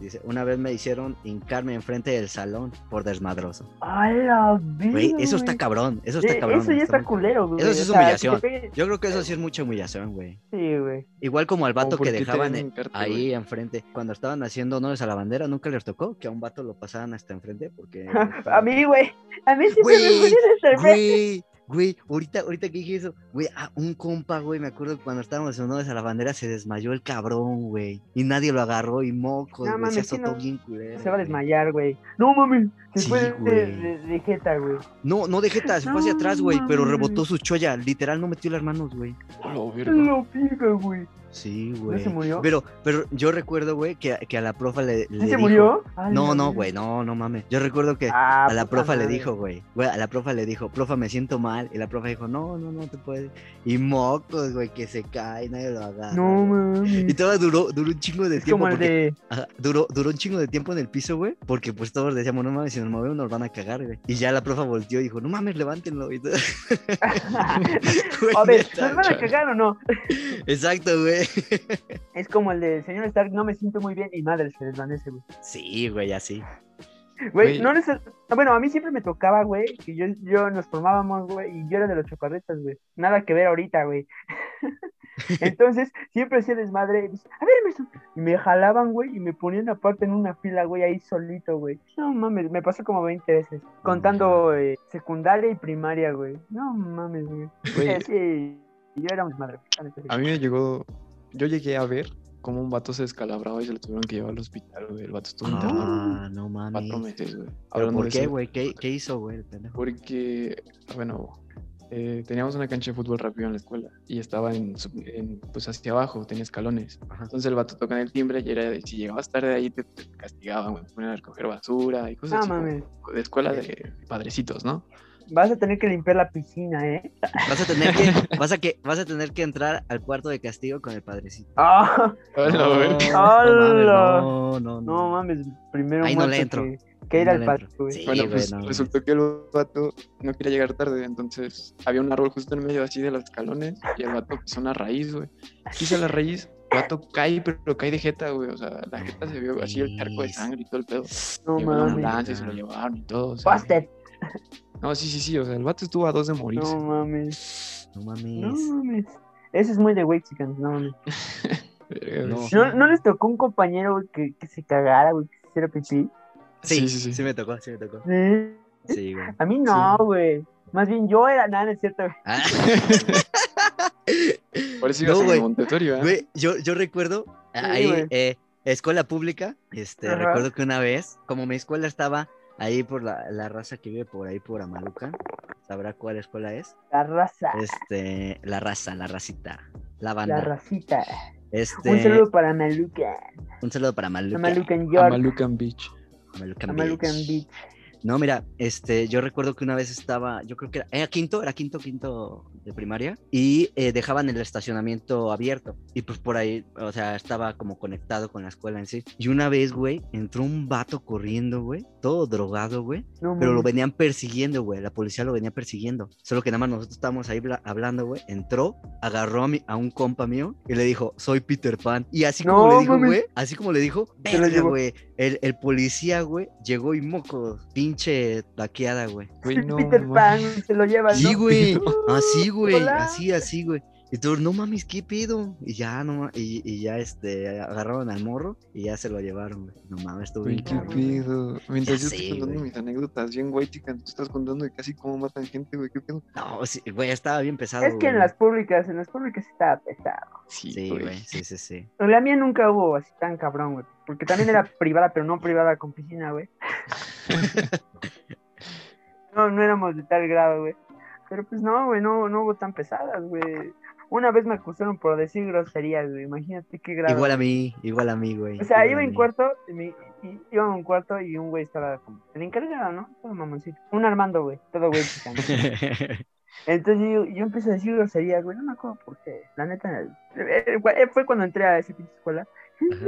S2: Dice, una vez me hicieron hincarme enfrente del salón por desmadroso.
S3: A la
S2: Güey,
S3: verga,
S2: eso está
S3: güey.
S2: cabrón, eso está
S3: Eh,
S2: cabrón.
S3: Eso ya está
S2: muy-
S3: culero, güey.
S2: Eso sí es
S3: O sea, que te
S2: humillación.
S3: peguen-
S2: Yo creo que eso sí es mucha humillación, güey.
S3: Sí, güey.
S2: Igual como al vato
S4: ¿por
S2: que
S4: qué te
S2: dejaban
S4: dejan
S2: eh,
S4: hincarte,
S2: ahí
S4: güey?
S2: enfrente. Cuando estaban haciendo honores a la bandera, nunca les tocó que a un vato lo pasaban hasta enfrente porque...
S3: A mí, güey. A mí siempre
S2: Güey,
S3: me ponían a servir.
S2: Güey, güey, ahorita, ahorita que dije eso, güey, a un compa, güey, me acuerdo que cuando estábamos haciendo honores a la bandera se desmayó el cabrón, güey. Y nadie lo agarró y moco, güey,
S3: No,
S2: se
S3: mames, sí,
S2: azotó
S3: no.
S2: bien culero.
S3: Se va a
S2: güey.
S3: desmayar, güey. No mames, Se
S2: Sí,
S3: fue de-
S2: güey.
S3: de, de jeta, güey.
S2: No, no de jeta, se fue hacia
S3: No
S2: atrás, güey, pero
S3: mames.
S2: rebotó su cholla. Literal, no metió las manos, güey.
S4: A Oh, la verga.
S3: Lo pica, güey.
S2: Sí,
S3: ¿No
S2: güey.
S3: se murió?
S2: Pero, pero yo recuerdo, güey, que, que a la profa le, le
S3: ¿Sí se
S2: dijo-
S3: murió? Ay,
S2: No,
S3: la
S2: no,
S3: verga.
S2: güey, no, no mames. Yo recuerdo que
S3: Ah,
S2: a la
S3: puta
S2: profa le
S3: madre.
S2: dijo, güey, güey, a la profa le dijo, profa, me siento mal. Y la profa dijo, no, no, no te puedes. Y mocos, güey, que se cae, nadie lo agarra.
S3: No,
S2: güey. "Ah, Y
S3: mames.
S2: todo duró, duró un chingo de
S3: Es como
S2: tiempo.
S3: el
S2: Porque,
S3: de.
S2: ajá, duró, duró un chingo de tiempo en el piso, güey. Porque pues todos decíamos, no mames, si nos movemos nos van a cagar, güey. Y ya la profa volteó y dijo, no mames, levántenlo. Y todo- Güey,
S3: A ver,
S2: neta,
S3: ¿nos van a
S4: chale.
S3: cagar o no?
S2: Exacto, güey.
S3: Es como el de señor Stark, no me siento muy bien y madre se desvanece, güey.
S2: Sí, güey, así.
S3: Güey,
S4: Güey.
S3: no les... Bueno, a mí siempre me tocaba, güey, que yo, yo nos formábamos, güey, y yo era de los chocarretas, güey. Nada que ver ahorita, güey. Entonces, siempre hacía desmadre. y dice, a ver, Emerson. Y me jalaban, güey, y me ponían aparte en una fila, güey, ahí solito, güey. No mames, me pasó como 20 veces. Contando eh, secundaria y primaria, güey. No mames, güey.
S4: Güey,
S3: Sí, yo era un desmadre. la neta, sí.
S4: a mí me llegó. Yo llegué a ver cómo un vato se descalabraba y se lo tuvieron que llevar al hospital, güey. El vato estuvo internado
S2: Ah, no
S4: cuatro
S2: mames.
S4: meses, güey.
S2: ¿Pero
S4: Hablando
S2: por
S4: de
S2: qué,
S4: eso,
S2: güey? ¿Qué, ¿Qué hizo, güey? el pendejo?
S4: Porque, bueno, eh, teníamos una cancha de fútbol rápido en la escuela y estaba en, sub- en, pues hacia abajo, tenía escalones.
S2: Ajá.
S4: Entonces el vato tocaba el timbre y era de, si llegabas tarde ahí te, te castigaban, güey, te ponían a recoger basura y cosas
S3: No
S4: así, como
S3: mames.
S4: de escuela de padrecitos, ¿no?
S3: Vas a tener que limpiar la piscina, ¿eh?
S2: Vas a tener que, vas a que, vas a tener que entrar al cuarto de castigo con el padrecito.
S3: Ah,
S4: Hola, güey.
S2: mames,
S3: ¡Hala!
S2: no, no,
S3: no
S2: no.
S3: mames, primero
S2: Ahí no
S3: muerto
S2: le entro.
S3: que, que ir
S2: No
S3: al
S2: le
S3: patio,
S2: entro.
S3: güey.
S2: Sí,
S4: Bueno,
S2: güey,
S4: pues
S2: no,
S4: resultó que el vato no quería llegar tarde, entonces había un árbol justo en medio así de los escalones y el vato pisó una raíz, güey. Quiso la raíz, el vato cae, pero cae de jeta, güey. O sea, la jeta se vio así el charco de
S2: Mames.
S4: sangre y todo el pedo.
S3: pues, No
S4: Llegó la
S3: mames.
S4: ambulancia y se lo llevaron y todo. o sea,
S3: Busted.
S4: no, sí, sí, sí. O sea, el vato estuvo a dos de morirse.
S3: No mames.
S2: No
S3: No
S2: mames.
S3: mames. Eso es muy de Wexicans, no mames.
S4: Verga,
S2: No.
S4: güey.
S3: ¿No, ¿No les tocó un compañero güey, que, que se cagara, güey, que se hiciera pipí?
S2: Sí, sí, sí, sí. me tocó, sí me tocó.
S3: Sí.
S2: Sí, güey.
S3: A mí no,
S4: Sí.
S3: güey. Más bien yo era, nada, no es cierto. güey.
S2: Ah,
S4: Por eso
S2: No,
S4: ibas
S2: güey.
S4: al Montetorio, ¿eh?
S2: güey, yo, yo recuerdo ahí,
S3: güey.
S2: eh, escuela pública, este,
S3: Ajá.
S2: recuerdo que una vez, como mi escuela estaba ahí por la, la raza que vive por ahí por Amaluca, sabrá cuál escuela es.
S3: La raza,
S2: Este, la raza, la racita, la
S3: la
S2: banda.
S3: racita.
S2: Este,
S3: Un saludo para Maluca.
S2: un saludo para Maluca.
S3: Maluca en
S4: A
S3: York.
S4: Malucan Beach.
S2: Maluca
S3: A Maluca en
S2: Beach.
S3: Beach.
S2: No, mira, este, yo recuerdo que una vez estaba, yo creo que era, era quinto, era quinto, quinto de primaria, y eh, dejaban el estacionamiento abierto, y pues por ahí, o sea, estaba como conectado con la escuela en sí. Y una vez, güey, entró un vato corriendo, güey, todo drogado, güey,
S3: No
S2: pero lo
S3: mames.
S2: venían persiguiendo, güey, la policía lo venía persiguiendo, solo que nada más nosotros estábamos ahí bla- hablando, güey, entró, agarró a, mi- a un compa mío y le dijo, soy Peter Pan, y así como
S3: No,
S2: le dijo,
S3: mames.
S2: güey, así como le dijo,
S3: Se lo
S2: "Verga,
S3: llevó".
S2: güey, el, el policía, güey, llegó y moco, pinche taqueada, güey.
S4: Güey, no.
S3: Peter
S4: mames.
S3: Pan se lo lleva.
S2: Sí,
S3: ¿no?
S2: güey,
S3: Uh,
S2: así, güey,
S3: hola.
S2: así, así, güey. Y todos, no mames, ¿qué pedo? Y ya, no ma- y, y ya, este, agarraron al morro y ya se lo llevaron, güey. No mames, estuvo
S4: Güey,
S2: bien
S4: qué
S3: no,
S2: cabrón, güey.
S4: pedo. Mientras yo
S2: sé,
S4: estoy contando
S2: güey.
S4: mis anécdotas, bien guay, chica, tú estás contando de casi cómo matan gente, güey. ¿Qué pedo?
S2: No, sí, güey, estaba bien pesado,
S3: Es que en
S2: güey.
S3: las públicas, en las públicas estaba pesado.
S2: Sí, güey, sí, sí, sí.
S3: En la mía nunca hubo así tan cabrón, güey. Porque también era privada, pero no privada con piscina, güey. No, no éramos de tal grado, güey. Pero pues no, güey, no, no hubo tan pesadas, güey. Una vez me acusaron por decir groserías, güey. Imagínate qué grado.
S2: Igual a mí, igual a mí, güey.
S3: O sea,
S2: igual
S3: iba
S2: a
S3: en
S2: mí.
S3: cuarto, y me- y- iba en un cuarto y un güey estaba como, el encargado, ¿no? Todo mamoncito. Un Armando, güey, todo güey chicano. Entonces yo, yo empecé a decir groserías, güey, no me acuerdo por qué. La neta, eh, eh, fue cuando entré a esa pinche escuela. No manches,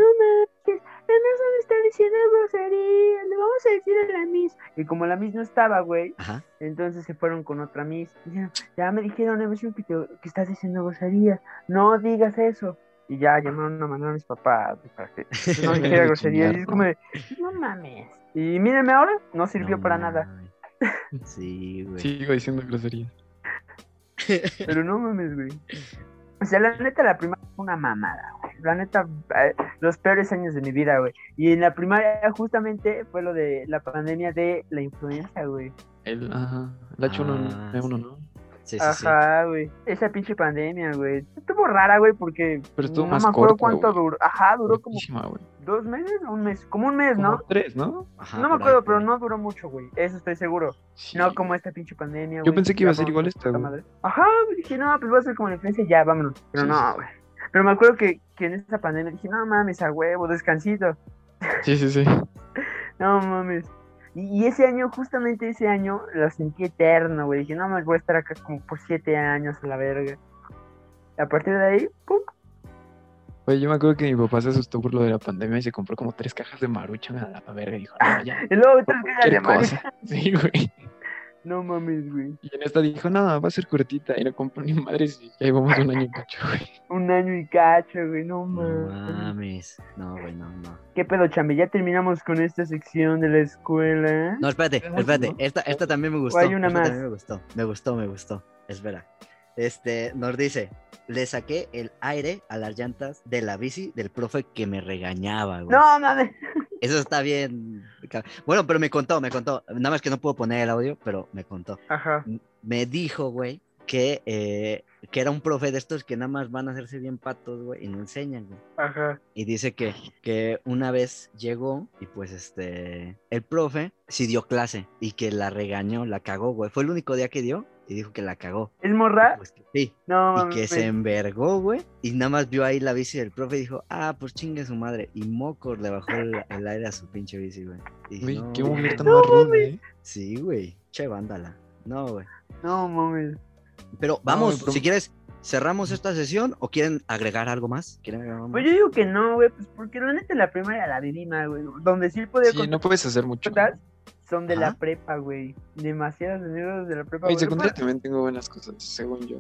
S3: Emerson está diciendo groserías, le vamos a decir a la Miss. Y como la Miss no estaba, güey,
S2: Ajá.
S3: entonces se fueron con otra Miss. Dijeron, ya me dijeron, Emerson, que, te- que estás diciendo groserías, no digas eso. Y ya llamaron a mandar a mis papás güey, para que no dijera groserías. Y es como, de, no mames. Y mírenme ahora, no sirvió
S2: No
S3: para nada.
S2: mames. Sí, güey.
S4: Sigo diciendo grosería.
S3: Pero no mames, güey. O sea, la neta, la primaria fue una mamada, güey. La neta, eh, los peores años de mi vida, güey. Y en la primaria justamente fue lo de la pandemia de la influenza, güey.
S4: El, ajá. La H1,
S2: Ah,
S4: uno,
S2: sí.
S4: ¿no?
S2: Sí, sí, sí.
S3: Ajá, güey. Esa pinche pandemia, güey. Estuvo rara, güey, porque
S4: Pero estuvo
S3: no
S4: más
S3: me acuerdo
S4: corta,
S3: cuánto
S4: güey.
S3: duró. Ajá, duró como
S4: Cortísima, güey.
S3: dos meses, un mes, como un mes,
S4: Como
S3: ¿no?
S4: Tres, ¿no?
S2: Ajá,
S3: no me
S2: por ahí,
S3: acuerdo,
S2: por
S3: pero
S2: ahí.
S3: no duró mucho, güey. Eso estoy seguro.
S4: Sí.
S3: No como esta pinche pandemia,
S4: Yo
S3: güey,
S4: pensé que iba a
S3: ya
S4: ser
S3: vamos,
S4: igual esta,
S3: puta
S4: güey.
S3: madre. Ajá, güey, dije, no, pues va a ser como la influencia, ya, vámonos. Pero
S4: Sí,
S3: no, güey. Pero me acuerdo que, que en esta pandemia dije, no mames, a huevo, descansito.
S4: Sí, sí, sí.
S3: No mames. Y, y ese año, justamente ese año, la sentí eterno, güey. Dije, no mames, voy a estar acá como por siete años a la verga. A partir de ahí, pum,
S4: Oye, yo me acuerdo que mi papá se asustó por lo de la pandemia y se compró como tres cajas de maruchan a la verga y dijo, no, ya,
S3: Y luego otra vez
S4: cualquier
S3: Alemania.
S4: cosa. Sí, güey.
S3: No mames, güey.
S4: Y en esta dijo, nada, va a ser cortita y no compró ni madres y ya llevamos un año y cacho, güey.
S3: Un año y cacho, güey. No
S2: No
S3: mames.
S2: mames. No, güey, no, no.
S3: ¿Qué pedo, chambe? Ya terminamos con esta sección de la escuela.
S2: No, espérate,
S4: Tenemos
S2: espérate.
S4: uno.
S2: Esta, esta también me gustó.
S3: hay una
S2: esta
S3: más.
S2: también me gustó. Me gustó, me gustó. Espera. Este, nos dice, le saqué el aire a las llantas de la bici del profe que me regañaba, güey.
S3: No mames.
S2: Eso está bien. ca- Bueno, pero me contó, me contó. Nada más que no puedo poner el audio, pero me contó.
S3: Ajá.
S2: Me dijo, güey, que, eh, que era un profe de estos que nada más van a hacerse bien patos, güey, y no enseñan, güey.
S3: Ajá.
S2: Y dice que, que una vez llegó y pues este, el profe sí dio clase y que la regañó, la cagó, güey. Fue el único día que dio y dijo que la cagó.
S3: ¿Es
S2: Y
S3: morra?
S2: pues que sí.
S3: No
S2: Y
S3: mames.
S2: que se envergó, güey. Y nada más vio ahí la bici del profe y dijo, ah, pues chingue su madre. Y Mocos le bajó el, el aire a su pinche bici, güey. Y dije,
S4: Güey,
S2: "No,
S4: qué
S2: güey".
S4: mujer tan más rude, ¿eh?
S2: Sí, güey. Che, vándala. No, güey.
S3: No mames.
S2: Pero vamos,
S4: güey, pero-
S2: si quieres, cerramos esta sesión o quieren agregar algo más. ¿Quieren agregar algo
S3: Pues
S2: más?
S3: yo digo que no, güey. Pues porque la neta la primaria la viví mal, güey. Donde sí podía
S4: Sí, no puedes hacer mucho.
S3: contar son de la
S2: Ajá.
S3: prepa, güey. Demasiados amigos de la prepa.
S4: Oye,
S3: güey.
S4: secundaria también tengo buenas cosas, según yo.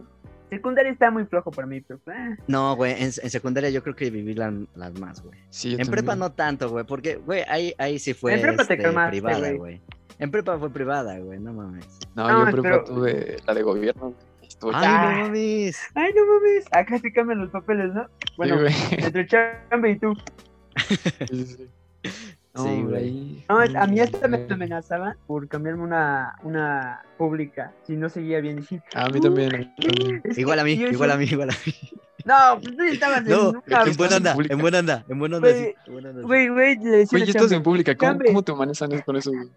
S3: Secundaria está muy flojo para mí, pero. eh.
S2: No, güey. En, en secundaria yo creo que viví la- las más, güey.
S4: Sí, yo
S2: En prepa
S4: también.
S2: no tanto, güey, porque, güey, ahí, ahí sí fue
S3: En prepa te
S2: este,
S3: calmaste,
S2: privada,
S3: güey.
S2: güey. En prepa fue privada, güey, no mames.
S4: No, Ah,
S3: No,
S4: yo en prepa
S3: pero-
S4: tuve la de gobierno. güey.
S3: Pues
S4: Estuvo
S2: ¡Ay,
S4: chido,
S2: no mames!
S3: Ay, no mames. Acá se cambian los papeles, ¿no? Bueno,
S4: güey.
S3: entre chambe y tú.
S4: Sí, sí, sí. No,
S2: Sí,
S4: hombre,
S2: güey.
S4: ahí-
S3: No,
S4: ahí
S3: a mí
S2: Mm,
S4: me
S3: hasta
S2: eh.
S3: me
S4: enamoré.
S3: amenazaban por cambiarme una, una pública si no seguía bien. Dije,
S4: A mí también. a mí también.
S3: es que
S2: Mm, Igual a mí,
S3: yo decía,
S2: igual a mí, igual a mí.
S3: No, pues tú ya estabas en
S2: No,
S3: una-
S2: en buena onda, en buena onda, en buena onda.
S3: Güey,
S2: sí, en buena onda, sí.
S3: Güey, güey, le decía
S4: Güey,
S3: a la
S4: ya estás en
S3: chamba,
S4: pública. ¿Cómo,
S3: Chambe.
S4: cómo te manejan con eso? güey?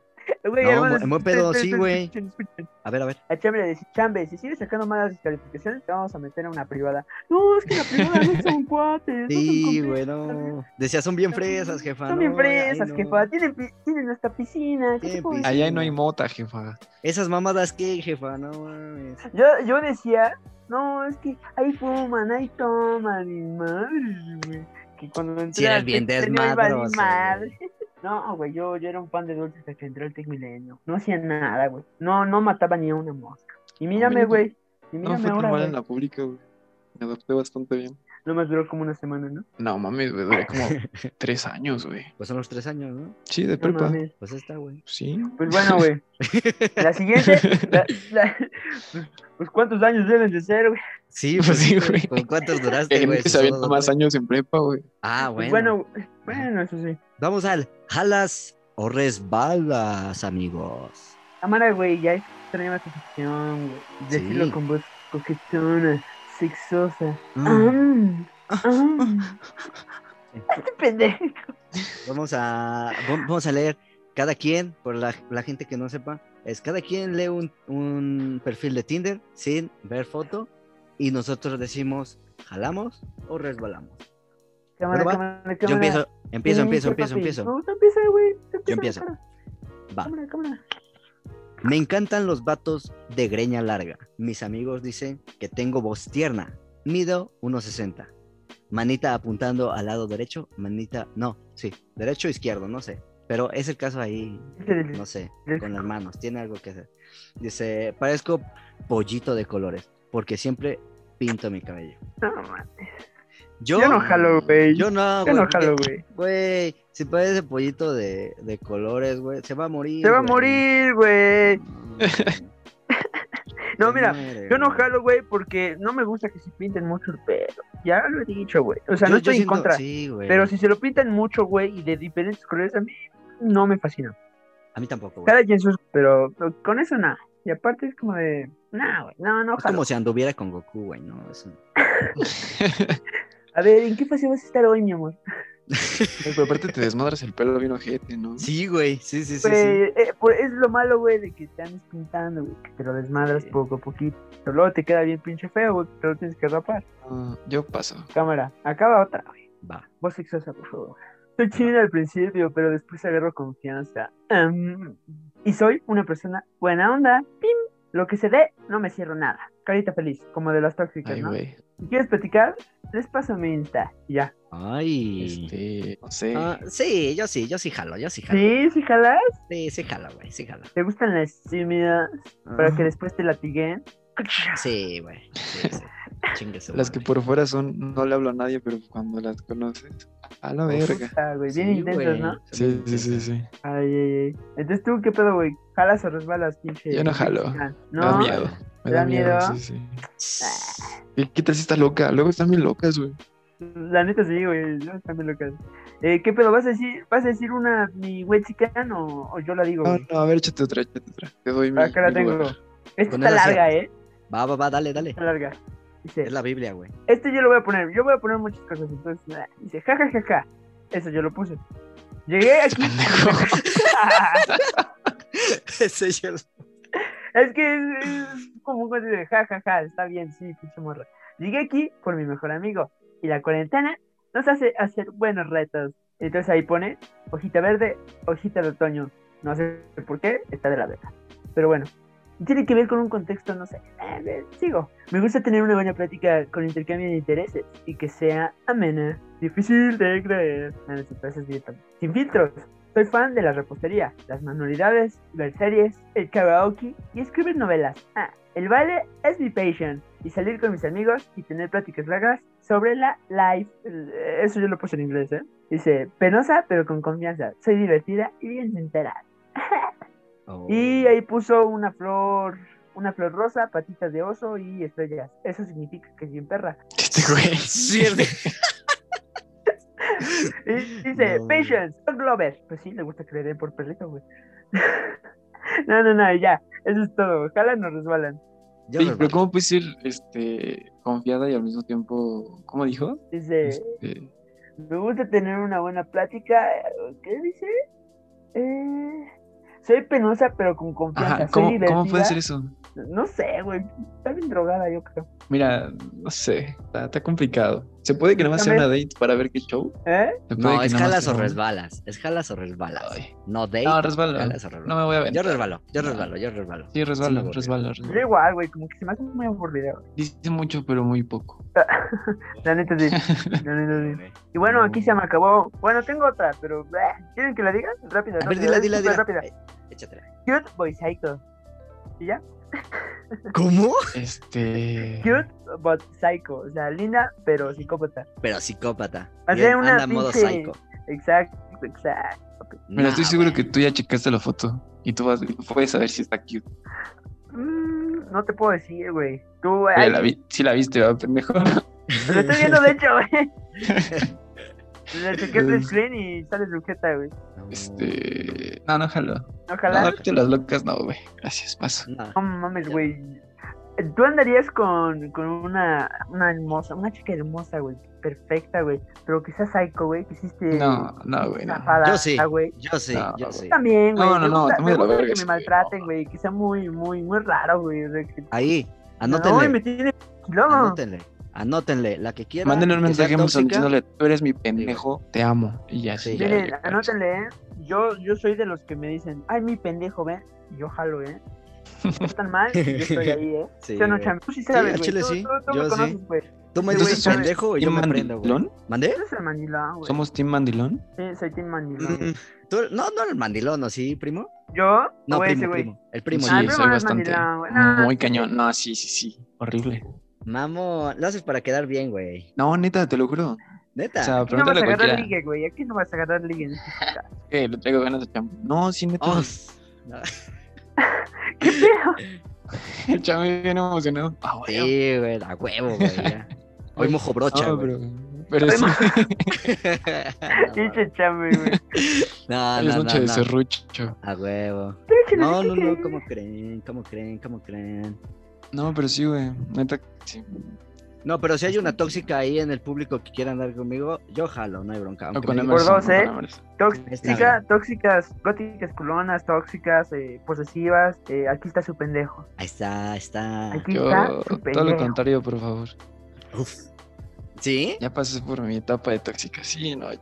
S3: güey,
S2: No,
S3: hermanos,
S2: en buen pedo,
S3: esperen,
S2: sí,
S3: esperen,
S2: güey.
S3: escuchen, escuchen.
S2: A ver, a ver.
S3: A Chambe le decía, Chambe, si sigues sacando malas calificaciones, te vamos a meter a una privada. No, es que la privada no son cuates. no son
S2: Sí,
S3: compis,
S2: güey,
S3: también.
S2: no. Decía, son bien fresas, jefa.
S3: Son bien
S2: no, ay,
S3: fresas,
S2: no.
S3: jefa. Tienen, pi- tienen hasta piscina. ¿qué te
S2: Tienen
S3: puedo decir?
S4: Allá no hay mota, jefa.
S2: Esas mamadas, ¿qué, jefa? No mames.
S3: Yo, yo decía, no, es que ahí fuman, ahí toman, y madre, güey. Que cuando entré
S2: Sí, eres
S3: al
S2: bien
S3: Tec Milenio iba a
S2: desmadroso,
S3: madre. No, güey, yo, yo era un pan de dulces hasta que entré al Tec Milenio. No hacía nada, güey. No, no mataba ni a una mosca. Y mírame,
S4: mira,
S3: güey. Y
S4: No
S3: mírame
S4: fue tan
S3: ahora,
S4: mal
S3: güey.
S4: en la pública, güey. Me adapté bastante bien.
S3: No más duró como una semana, ¿no?
S4: No mames, güey. Duré como tres años, güey.
S2: Pues son los tres años, ¿no?
S4: Sí, de
S3: No
S4: prepa.
S3: mames.
S2: Pues está, güey.
S4: Sí.
S3: Pues bueno, güey. La siguiente, la- la- pues, pues, cuántos años deben de ser, güey.
S2: Sí,
S4: Pues
S2: pues
S4: sí,
S2: sí,
S4: güey.
S2: ¿Con cuántos duraste,
S4: Que
S2: güey?
S4: gente se
S2: Solo
S4: avienta
S2: dos,
S4: más
S2: güey.
S4: años en prepa, güey.
S2: Ah,
S3: Pues,
S2: bueno.
S3: bueno, güey, bueno, eso sí.
S2: Vamos al jalas o resbalas, amigos.
S3: Cámara, güey, ya extrañaba tu sección, güey. Decirlo
S2: Sí.
S3: con voz coquetona, sexosa. Ah.
S2: Mm,
S3: Am, am. Este pendejo.
S2: Vamos a vam- vamos a leer cada quien, por la, la gente que no sepa, es cada quien lee un, un perfil de Tinder sin ver foto y nosotros decimos jalamos o resbalamos.
S3: Cámara,
S2: Bueno, va.
S3: cámara, cámara.
S2: Yo empiezo, empiezo, empiezo,
S3: Sí,
S2: empiezo,
S3: papi.
S2: empiezo.
S3: No, tú empieza, güey. tú empieza,
S2: empiezo.
S3: cámara,
S2: Va.
S3: Cámara, cámara.
S2: Me encantan los vatos de greña larga. Mis amigos dicen que tengo voz tierna. Mido 1.60. Manita apuntando al lado derecho, manita, no, sí, derecho o izquierdo, no sé. Pero es el caso ahí,
S3: Este
S2: no sé, con las manos, tiene algo que hacer. Dice, parezco pollito de colores, porque siempre pinto mi cabello.
S3: No, man.
S2: Yo,
S3: Yo no jalo, güey.
S2: Yo no,
S3: Yo
S2: güey.
S3: no
S2: porque,
S3: jalo, güey.
S2: Güey, si parece pollito de, de colores, güey, se va a morir.
S3: Se va a
S2: güey.
S3: morir, güey. No,
S2: Se
S3: mira,
S2: muere,
S3: yo no
S2: güey.
S3: jalo, güey, porque no me gusta que se pinten mucho el pelo. Ya lo he dicho, güey. O sea,
S2: Yo-
S3: no
S2: yo
S3: estoy en
S2: siento-
S3: contra.
S2: sí, güey.
S3: Pero si se lo pintan mucho, güey, y de diferentes colores, a mí no me fascina.
S2: A mí tampoco, güey.
S3: Cada quien sus, pero pero con eso nada. Y aparte es como de, nah, güey, no, no,
S2: Es
S3: ojalá.
S2: como si anduviera con Goku, güey, no, eso no.
S3: A ver, ¿en qué fase vas a estar hoy, mi amor?
S4: Güey, pero aparte te desmadras el pelo bien ojete, ¿no?
S2: Sí, güey, sí, sí, sí. sí.
S3: Güey, eh, por- es lo malo, güey, de que te andes pintando, güey, que te lo desmadras poco a poquito. Pero luego te queda bien pinche feo, güey, te lo tienes que rapar.
S4: Ah, yo paso.
S3: Cámara, acaba otra.
S2: Va.
S3: Voz sexosa, por favor. Soy chino al principio, pero después agarro confianza. Em, y soy una persona buena onda. Pim. Lo que se dé, no me cierro nada. Carita feliz, como de las tóxicas,
S4: Ay,
S3: ¿no?
S4: güey.
S3: Si quieres platicar, les paso mi Insta. Y ya.
S2: Ay.
S4: Este, no sé.
S2: Ah, sí, yo sí, yo sí jalo, yo sí jalo.
S3: ¿Sí? ¿Sí jalas?
S2: Sí, sí jalo, güey, sí jalo.
S3: ¿Te gustan las simias para que después te latiguen?
S2: Sí, güey. Sí, sí. Chingue su
S4: las que
S2: madre.
S4: por fuera son, no le hablo a nadie, pero cuando las conoces, a la verga.
S3: Puta, güey, pues bien
S2: Sí,
S3: intensas,
S2: güey,
S3: ¿no?
S2: son
S4: Sí,
S2: bien
S4: sí, sí,
S2: intensas.
S4: sí.
S3: Ay, ay, ay. Entonces tú, ¿qué pedo, güey? ¿Jalas o resbalas, pinche?
S4: Yo no jalo.
S3: mexicano?
S4: Me da
S3: No.
S4: miedo. Me
S3: ¿Te da
S4: da miedo,
S3: miedo?
S4: sí, sí. ¿Y qué tal si está loca? Luego están bien locas, güey.
S3: La neta sí, güey, yo también lo creo. Eh, ¿Qué pedo? ¿Vas a decir, vas a decir una mi güey chicana o, o yo la digo?
S4: No,
S3: güey?
S4: no, a ver, échate otra, échate otra. Te doy mi.
S3: Acá Ah, la
S4: mi
S3: tengo.
S4: lugar.
S3: Esta
S2: Con él
S3: está
S2: hacía-
S3: larga, ¿eh?
S2: Va, va, va, dale, dale.
S3: Está larga. Dice,
S2: Es la Biblia, güey.
S3: este yo lo voy a poner, yo voy a poner muchas cosas, entonces, ah, dice, ja, ja, ja, ja. Eso yo lo puse. Llegué aquí.
S2: Ese yo lo-
S3: es que es, es como un cuento de ja, ja, ja, está bien, sí, pinche morra. Llegué aquí por mi mejor amigo y la cuarentena nos hace hacer buenos retos. Entonces ahí pone hojita verde, hojita de otoño. No sé por qué, está de la verga. Pero bueno, tiene que ver con un contexto, no sé. A ver, sigo. Me gusta tener una buena plática con intercambio de intereses y que sea amena, difícil de creer. No, no, sí, pero eso es directo. Sin filtros. Soy fan de la repostería, las manualidades, ver series, el karaoke y escribir novelas. Ah, el baile es mi passion y salir con mis amigos y tener pláticas largas sobre la life. Eh, Eso yo lo puse en inglés, ¿eh? Dice, penosa pero con confianza. Soy divertida y bien sincera.
S2: Oh.
S3: Y ahí puso una flor, una flor rosa, patitas de oso y estrellas. Eso significa que es bien perra.
S4: Este güey.
S2: Sí, es de-
S3: Y dice,
S2: No, güey.
S3: Patience, Doc Glover. Pues sí, le gusta que le den por perrito, güey. no, no, no, ya. Eso es todo. Ojalá no resbalan.
S2: Yo
S4: Oye,
S2: lo-
S4: pero ¿cómo puedes ir este, confiada y al mismo tiempo. ¿Cómo dijo?
S3: Dice,
S4: Este,
S3: me gusta tener una buena plática. ¿Qué dice? Eh, soy penosa, pero con confianza.
S4: Ajá,
S3: Soy
S4: ¿cómo,
S3: divertida.
S4: ¿cómo puede ser eso?
S3: No sé, güey. Está bien drogada, yo creo.
S4: Mira, no sé, está, está complicado. ¿Se puede que nada más sea una date para ver qué show?
S3: ¿Eh?
S4: ¿Se puede
S2: No,
S4: que
S2: es
S4: nada más
S2: jalas
S4: sea
S2: o
S4: una-
S2: resbalas. Es jalas o resbalas.
S4: Ay.
S2: No date.
S4: No, resbala.
S2: jalas o resbalas.
S4: No me voy a ver.
S2: Yo resbalo, yo
S4: No.
S2: resbalo, yo resbalo.
S4: Sí, resbala,
S2: Sí, me
S4: resbala,
S3: Yo
S4: resbala.
S3: igual, güey. Como que se me hace muy aburrida, güey.
S4: Dice mucho, pero muy poco.
S3: La neta, sí. La neta, sí. Y bueno, aquí se me acabó. Bueno, tengo otra, pero... eh, ¿Quieren que la diga? Rápida.
S2: A ver,
S3: rápida,
S2: dila,
S3: es
S2: dila,
S3: súper
S2: dila.
S3: rápida.
S2: Eh, Échatela.
S3: Cute Boy Psycho. ¿Y ya?
S2: ¿Cómo?
S4: Este.
S3: Cute but Psycho. O sea, linda pero psicópata.
S2: Pero psicópata.
S3: Hacer
S2: Bien,
S3: una
S2: anda en modo
S3: pinche-
S2: psycho.
S3: Exacto, exacto.
S4: Mira, estoy
S2: Nah,
S4: seguro
S2: güey.
S4: que tú ya checaste la foto y tú vas, puedes saber si está cute.
S3: Mm, no te puedo decir, güey. Tú, güey.
S4: Mira, la vi- sí la viste, va, pendejo.
S3: Lo estoy viendo, de hecho, güey. Le chequé el screen y sale sujeta, güey.
S2: No.
S4: Este. No, no, jalo.
S3: Ojalá.
S4: No, te las locas, no, güey. Gracias, paso.
S2: No.
S3: No mames, güey. Tú andarías con, con una, una hermosa, una chica hermosa, güey. Perfecta, güey. Pero quizás psycho, güey. Que hiciste.
S4: No, no, güey. No.
S3: zafada,
S2: Yo sí.
S3: güey.
S2: Yo sí,
S4: No,
S2: yo
S4: no,
S2: sí.
S3: también, güey.
S4: No, no,
S3: me
S4: no,
S3: gusta,
S4: está
S3: me
S4: muy de la
S3: gusta
S4: verga
S3: que me
S4: ese,
S3: maltraten, güey. Que sea muy, muy, muy raro, güey. o sea, que-
S2: Ahí,
S3: No, y me
S2: anótenle,
S3: tiene quilombo.
S2: anótenle, anótenle, la que quiera.
S4: Mándenle un
S2: que sea
S4: mensaje
S2: tóxica,
S4: diciéndole, tú eres mi pendejo, te amo. Y ya,
S2: Sí.
S4: sí. ya,
S3: Miren,
S4: ya,
S3: anótenle, ¿eh? Yo, yo soy de los que me dicen, ay, mi pendejo, ven. Y yo jalo, ¿eh? No tan mal, yo estoy ahí, ¿eh?
S2: Sí,
S3: yo no
S2: güey.
S3: chamo. Tú sí
S2: Sí,
S3: sabes,
S2: al
S3: güey.
S2: chile
S3: tú,
S2: sí,
S3: tú, tú me
S2: yo sí.
S3: conoces, güey.
S2: Tú me
S3: Entonces,
S2: dices
S3: ¿sabes
S2: pendejo y yo
S4: ¿Team
S2: me prendo, güey.
S4: Mandilón?
S2: ¿Mandé?
S3: Tú eres el mandilón, güey.
S4: ¿Somos Team Mandilón?
S3: Sí, soy team mandilón. güey.
S2: Mm, tú- No, no el mandilón, ¿no? ¿Sí, primo?
S3: ¿Yo?
S2: No,
S3: güey, ese
S2: primo,
S3: güey.
S2: primo. El primo.
S4: sí,
S3: Ah,
S2: el
S3: el
S2: primo.
S4: soy
S3: no es
S4: bastante.
S3: mandilón, güey. No,
S4: muy cañón. No, sí, sí, sí. Horrible.
S2: Mamón, lo haces para quedar bien, güey.
S4: No, neta, te lo juro.
S2: Neta.
S4: O sea,
S3: Aquí no vas
S4: pregúntale
S3: a
S4: a
S3: agarrar
S4: cualquiera.
S3: ligue, güey. Aquí no vas a agarrar ligue.
S4: Eh, le traigo ganas de chambo. No, sí, neta.
S2: Oh,
S3: ¿Qué pedo?
S4: El chavo viene emocionado. Ah, güey.
S2: sí, güey, a huevo, güey. ya. Hoy mojo brocha,
S4: No,
S2: güey.
S4: pero, pero sí,
S3: Pinche chame, güey.
S2: No, no,
S4: es
S2: no,
S4: noche de
S2: no.
S4: serrucho.
S2: A huevo.
S3: Pinche
S2: No, no,
S3: ligue.
S2: no, ¿cómo creen? ¿Cómo creen? ¿Cómo creen?
S4: No, pero sí, güey. Neta, sí.
S2: No, pero si hay una tóxica ahí en el público que quiera andar conmigo, yo jalo, no hay bronca.
S4: No
S2: aunque
S4: con
S2: me
S3: Por
S4: Emerson,
S3: dos,
S4: no
S3: ¿eh?
S4: con Emerson.
S2: Está
S3: Tóxica, tóxicas, góticas, culonas, tóxicas, eh, posesivas. eh, aquí está su pendejo.
S2: Ahí está, ahí está.
S3: Aquí
S4: Yo,
S3: está su
S4: todo lo
S3: pendejo.
S4: contrario, por favor.
S2: Uf. ¿Sí?
S4: Ya pasé por mi etapa de tóxica. Sí, no, ya.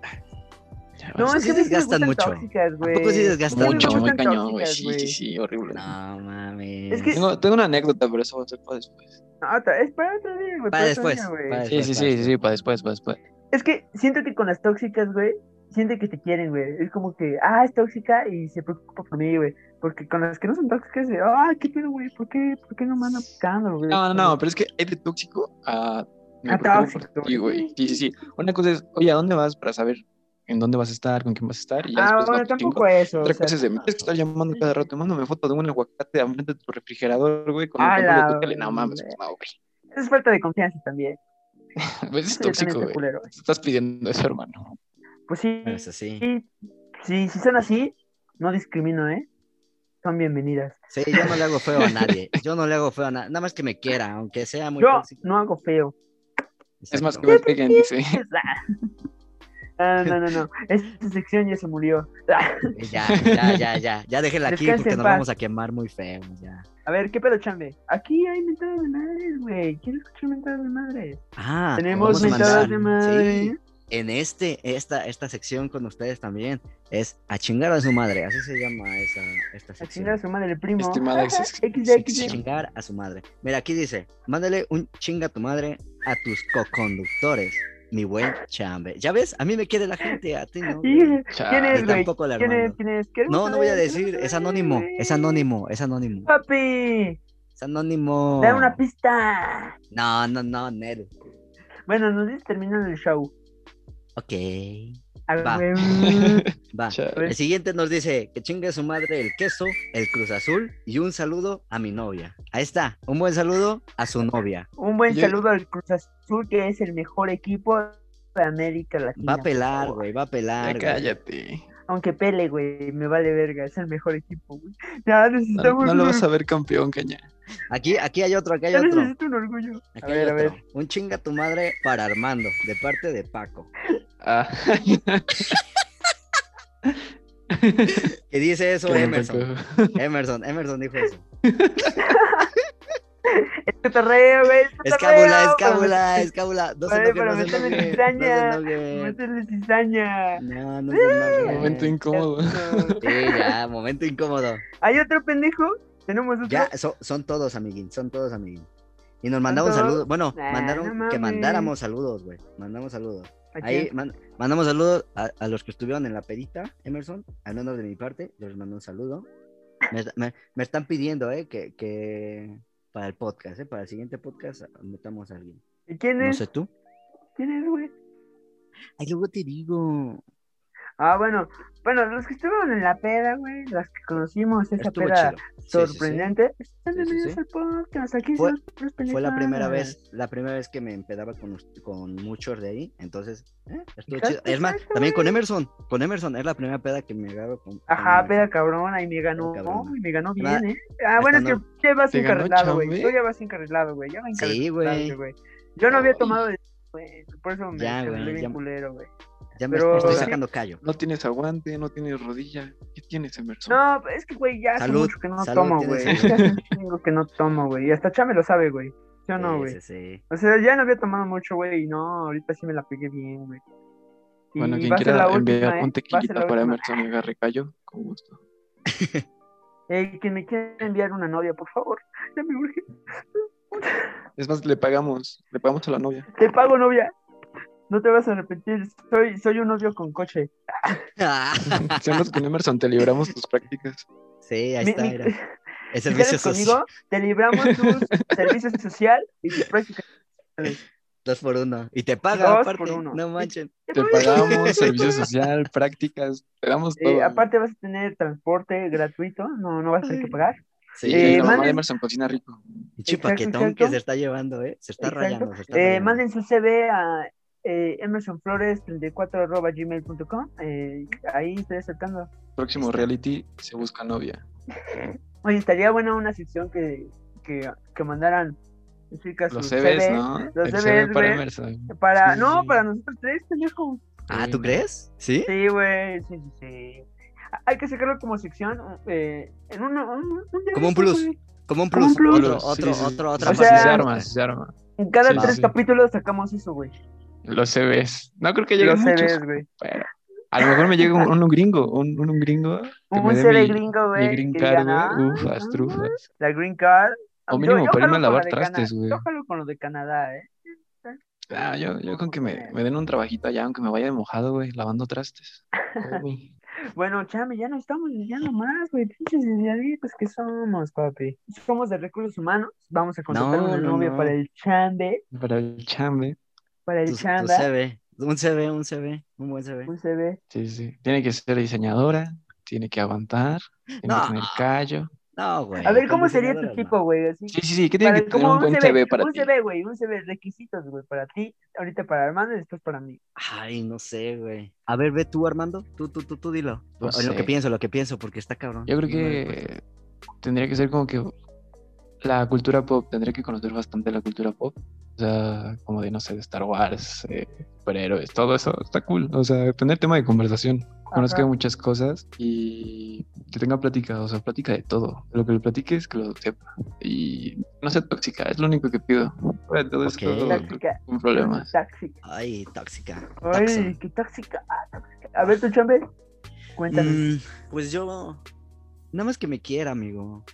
S4: Ya
S3: No,
S4: basta.
S3: es
S2: sí
S3: que a mí sí me
S2: desgastan
S3: gustan
S2: mucho.
S3: tóxicas, güey.
S2: poco sí desgastan
S3: A mí me
S4: mucho,
S2: no
S4: muy
S3: gustan
S4: cañón, güey.
S3: tóxicas, Ah.
S4: Sí, sí, sí, horrible.
S2: No mames.
S3: Es que-
S4: Tengo, tengo una anécdota, pero eso va a ser para después.
S3: No, otra- es para otro día, güey.
S2: Para
S3: otro
S2: después,
S3: día, güey.
S2: para
S4: Sí, sí,
S2: Después,
S4: sí, sí, sí, para después, para después.
S3: Es que siento que con las tóxicas, güey, siente que te quieren, güey. Es como que, ah, es tóxica y se preocupa por mí, güey. Porque con las que no son tóxicas, de, ah, qué pedo, güey, ¿por qué, ¿por qué no me andan buscando, güey?
S4: No, no, no, pero es que es de tóxico a. me
S3: A
S4: preocupo por
S3: tóxico.
S4: ti, güey. Sí, sí, sí. Una cosa es, oye, ¿a dónde vas para saber en dónde vas a estar, con quién vas a estar? Y ya
S3: Ah,
S4: después va
S3: bueno,
S4: tu chingo.
S3: tampoco eso. o
S4: Otra
S3: sea,
S4: cosa es de, me tienes que estar llamando cada rato, mándame foto de un aguacate al frente de tu refrigerador, güey, con
S3: A
S4: el
S3: la
S4: control de tu tele. No mames,
S3: verga.
S4: no, güey.
S3: Es falta de confianza también.
S4: Pues es
S3: Eso ya también
S4: tóxico,
S3: está
S4: güey.
S3: culero.
S4: Estás pidiendo eso, hermano.
S3: Pues sí,
S2: Bueno, eso sí.
S3: sí, sí, si son así, no discrimino, ¿eh? Son bienvenidas.
S2: Sí, yo no le hago feo a nadie. Yo no le hago feo a nadie. Nada más que me quiera, aunque sea muy
S3: Yo
S2: tóxico.
S3: no hago feo.
S4: Es más que
S2: Exacto.
S4: me peguen, dice.
S3: Ah, no, no, no. Esta sección ya se murió.
S2: Ya, ya, ya, ya. Ya déjela aquí
S3: Descanse
S2: porque
S3: en
S2: nos
S3: paz.
S2: vamos a quemar muy feo. Ya.
S3: A ver, ¿qué pedo, chambe? Aquí hay mentadas de madres, güey. Quiero escuchar mentadas de madres.
S2: Ah,
S3: Tenemos
S2: vamos a
S3: mentadas de
S2: mandar-
S3: madres.
S2: sí, en este, esta, esta sección con ustedes también es a chingar a su madre. Así se llama esa, esta
S3: A
S2: sección.
S3: chingar a su madre, primo.
S4: Estimada ex-
S2: A
S4: sección.
S3: XD.
S2: chingar a su madre. Mira, aquí dice, mándale un chinga a tu madre a tus coconductores. Mi buen chambe. ¿Ya ves? A mí me quiere la gente, a ti no. güey.
S3: ¿Quién
S4: Chale.
S3: es,
S2: Y
S3: güey?
S2: tampoco la
S3: es?
S2: Armando.
S3: ¿Quién es? Queremos
S2: No, no voy a
S3: saber,
S2: decir,
S3: queremos
S2: es
S3: saber,
S2: anónimo,
S3: güey.
S2: es anónimo, es anónimo,
S3: Papi,
S2: es anónimo.
S3: da una pista.
S2: No, no, no, Nel.
S3: Bueno, nos dice terminando el show.
S2: Ok,
S3: A
S2: Va.
S3: ver,
S2: va.
S4: Chale.
S2: El siguiente nos dice que chingue a su madre el queso, el Cruz Azul y un saludo a mi novia. Ahí está, un buen saludo a su novia.
S3: un buen
S4: Yo-
S3: saludo al Cruz Azul, que es el mejor equipo de América Latina.
S2: Va a pelar,
S3: por favor.
S2: güey, va a pelar.
S4: Ya
S2: güey.
S4: cállate.
S3: Aunque pele, güey, me vale verga, es el mejor equipo, güey. Ya necesito
S4: No,
S3: un-
S4: no lo vas a ver campeón, caña.
S2: Aquí, aquí hay otro, aquí hay
S3: ya
S2: otro.
S3: necesito un orgullo.
S2: Aquí
S3: A
S2: hay
S3: ver, a
S2: otro.
S3: ver.
S2: Un chinga a tu madre para Armando, de parte de Paco.
S4: Ah.
S2: Que dice eso
S4: Qué
S2: Emerson.
S4: loco.
S2: Emerson, Emerson dijo eso.
S3: Es cotorreo, güey. Es
S2: Escábula,
S3: cotorreo, pero
S2: escábula,
S3: me-
S2: escábula. No se
S3: Güey,
S2: enoje, no se
S3: pero me están
S2: enoje,
S3: extraña.
S2: No se enoje.
S3: Métele cizaña.
S2: No, no se
S3: Pues,
S2: enoje.
S4: Momento incómodo.
S3: Exacto.
S2: Sí, ya, momento incómodo.
S3: Hay otro pendejo. Tenemos otro.
S2: Ya, so- son todos, amiguín, son todos, amiguín. Y nos mandaron
S3: todos?
S2: saludos. Bueno,
S3: Nah,
S2: mandaron
S3: no
S2: que
S3: mames.
S2: mandáramos saludos, güey. Mandamos saludos.
S3: Aquí.
S2: Ahí man- mandamos saludos a, a los que estuvieron en la pedita, Emerson, al menos de mi parte, yo les mando un saludo. Me, me- me están pidiendo, eh, que, que para el podcast, eh, para el siguiente podcast metamos a alguien.
S3: ¿Y ¿Quién
S2: No
S3: es?
S2: sé tú.
S3: ¿Quién es, güey?
S2: Ay, luego te digo.
S3: Ah, bueno. Bueno, los que estuvieron en la peda, güey. Las que conocimos esa
S2: Estuvo chido.
S3: peda
S2: Sí, sí, sí.
S3: sorprendente. Están
S2: Sí, sí,
S3: bienvenidos
S2: sí.
S3: al podcast. Aquí
S2: Fue-
S3: son puras
S2: Fue la primera
S3: pendejadas.
S2: vez, la primera vez que me empedaba con, us- con muchos de ahí, entonces, eh, estuvo
S3: Exacto,
S2: chido. Es más,
S3: exacto,
S2: también con Emerson, con Emerson, es la primera peda que me agarro con. con
S3: Ajá,
S2: Emerson.
S3: peda cabrona. Y me ganó.
S2: Peda cabrona.
S3: y me ganó
S2: Va-
S3: bien, ¿eh? Ah, bueno, es que
S2: no-
S3: ya vas
S4: ¿Te ganó
S3: encarrilado, güey.
S4: Chambe?
S3: Tú ya vas encarrilado, güey. Ya va
S2: Sí,
S3: encarrilado,
S2: güey.
S3: güey. Yo no había
S4: Ay.
S3: tomado de. güey, Por eso me
S2: Ya,
S3: quedé
S2: güey,
S3: bien
S2: ya-
S3: culero, güey.
S2: Ya me
S3: pero-
S2: estoy sacando callo.
S4: No tienes aguante, no tienes rodilla. ¿Qué tienes, Emerson?
S3: No, es que, güey, ya hace
S2: Salud,
S3: mucho que no
S2: salud,
S3: tomo,
S2: tienes
S3: güey. Es que hace un chingo que no tomo, güey. Y hasta Chame lo sabe, güey. Yo no,
S2: Sí,
S3: güey.
S2: sí, sí.
S3: O sea, ya no había tomado mucho, güey. Y no, ahorita sí me la pegué bien, güey. Y
S4: Bueno, quien
S3: va a ser la
S4: quiera
S3: última,
S4: enviar
S3: ¿eh?
S4: un
S3: Va a ser la
S4: tequilita para
S3: última.
S4: Emerson y agarre callo, con gusto.
S3: Ey, que me quiera enviar una novia, por favor. Ya me urge.
S4: Es más, le pagamos, le pagamos a la novia.
S3: Te pago, novia. No te vas a arrepentir. Soy, soy un novio con coche. Ah.
S4: Si andas con Emerson, te libramos tus prácticas.
S2: sí, ahí
S3: Mi-
S2: está,
S3: mi-
S2: mira. Es
S3: Si
S2: el vicio
S3: sales
S2: socio.
S3: conmigo, te libramos tus servicios social y tus prácticas.
S2: Dos por uno. Y te paga,
S3: Dos
S2: aparte.
S3: por uno.
S2: No manchen.
S4: Te pagamos servicio social, prácticas, te damos
S3: Eh,
S4: todo.
S3: aparte vas a tener transporte gratuito, no, no vas a tener que pagar.
S2: Sí.
S4: Y la mamá
S3: eh, manden-
S4: de Emerson cocina rico.
S2: Pinche
S3: Exacto,
S2: paquetón
S3: exacto.
S2: que se está llevando, eh. Se está
S3: Exacto.
S2: rayando. se está
S3: Eh,
S2: rayando.
S3: manden su CV a eh, emersonflores34.gmail.com eh, Ahí estoy aceptando.
S4: Próximo reality se busca novia.
S3: Oye, estaría buena una sección que, que, que mandaran este explicas
S4: Los
S3: sus
S4: CBs,
S3: CVs,
S4: ¿no?
S3: Los
S4: El
S3: CVs,
S4: CB para
S3: güey.
S4: Emerson.
S3: Para,
S4: Sí,
S3: no,
S4: sí.
S3: para nosotros tres, pendejo.
S2: Ah,
S4: Sí.
S2: ¿tú crees? ¿Sí?
S3: Sí, güey, sí, sí, sí. Hay que sacarlo como sección, eh, en un, un, un día
S2: Como un
S3: de estos,
S2: plus.
S3: güey.
S2: Como un
S3: Como un
S2: plus.
S3: plus.
S2: Otro,
S4: Sí,
S2: otro,
S4: sí, sí.
S2: otro, otra
S3: O
S4: Sí, sí, se
S3: sea-
S2: facilidad.
S4: arma, sí se arma.
S3: En cada
S4: Sí,
S3: tres
S4: sí.
S3: capítulos sacamos eso, güey.
S4: Los CBs. No creo que lleguen
S3: Los
S4: muchos.
S3: CBs, güey.
S4: pero a lo mejor me llega un, un gringo, un, un gringo. que
S3: Un
S4: me dé
S3: CD
S4: mi-
S3: gringo,
S4: Mi
S3: güey.
S4: green
S3: que
S4: card,
S3: digan,
S4: güey.
S3: "Ah,
S4: Uf, las
S3: ah,
S4: trufas.
S3: La green card.
S4: O
S3: Yo-
S4: mínimo
S3: yo
S4: para
S3: jalo
S4: irme a
S3: con la
S4: lavar
S3: de
S4: trastes,
S3: Cana-
S4: güey.
S3: Yo jalo con los de Canadá, eh.
S4: Ah, yo, yo con que me, me den un trabajito allá, aunque me vaya de mojado, güey, lavando trastes. Uy.
S3: Bueno, chame, ya no estamos desviando más, güey. Pinches desviaditos que somos, papi. Somos de recursos humanos. Vamos a contratar
S2: No,
S3: una
S2: no,
S3: novia
S2: no.
S3: para el chambe,
S4: Para el chambe.
S3: para el
S2: Tu, tu
S3: chamba.
S2: CV. Un CV, un CV, un buen CV.
S3: Un CV.
S4: Sí, sí. Tiene que ser diseñadora, tiene que aguantar, tiene
S2: No.
S4: que tener callo.
S2: No, güey.
S3: A ver, ¿cómo
S2: con
S3: sería tu
S2: diseñadoras,
S3: tipo,
S2: no.
S3: güey? Así.
S4: Sí, sí, sí, que tiene que
S3: Para-
S4: tener un buen CV para
S3: un
S4: ti.
S3: CV, güey, un CV, requisitos, güey, para ti, ahorita para Armando y después para mí.
S2: Ay, no sé, güey. A ver, ve tú, Armando. Tú, tú, tú, tú, dilo. O-
S4: No
S2: Lo
S4: sé.
S2: que pienso, lo que pienso, porque está cabrón.
S4: Yo creo
S2: No, pues, no, no.
S4: que tendría que ser como que la cultura pop, tendría que conocer bastante la cultura pop. O sea, como de, no sé, de Star Wars, eh, superhéroes, todo eso está cool. O sea, tener tema de conversación. Conozca
S3: Ajá.
S4: muchas cosas y que tenga plática, o sea, plática de todo. Lo que le platiques, que lo sepa. Y no sea tóxica, es lo único que pido. Fuera de todo
S2: Ok.
S4: esto,
S3: Tóxica.
S4: un problema.
S3: Tóxica.
S2: Ay, tóxica. toxa.
S3: Ay, qué tóxica. ah, tóxica. A ver, tu chambe, cuéntame.
S2: Mm, pues yo. Nada más que me quiera, amigo.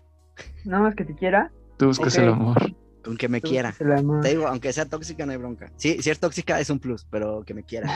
S3: Nada más que te quiera.
S4: Tú buscas
S3: Ok.
S4: el amor.
S2: Aunque me
S3: tú
S2: quiera.
S3: se la amas.
S2: Te digo, aunque sea tóxica, no hay bronca. Sí, si es tóxica es un plus, pero que me quiera.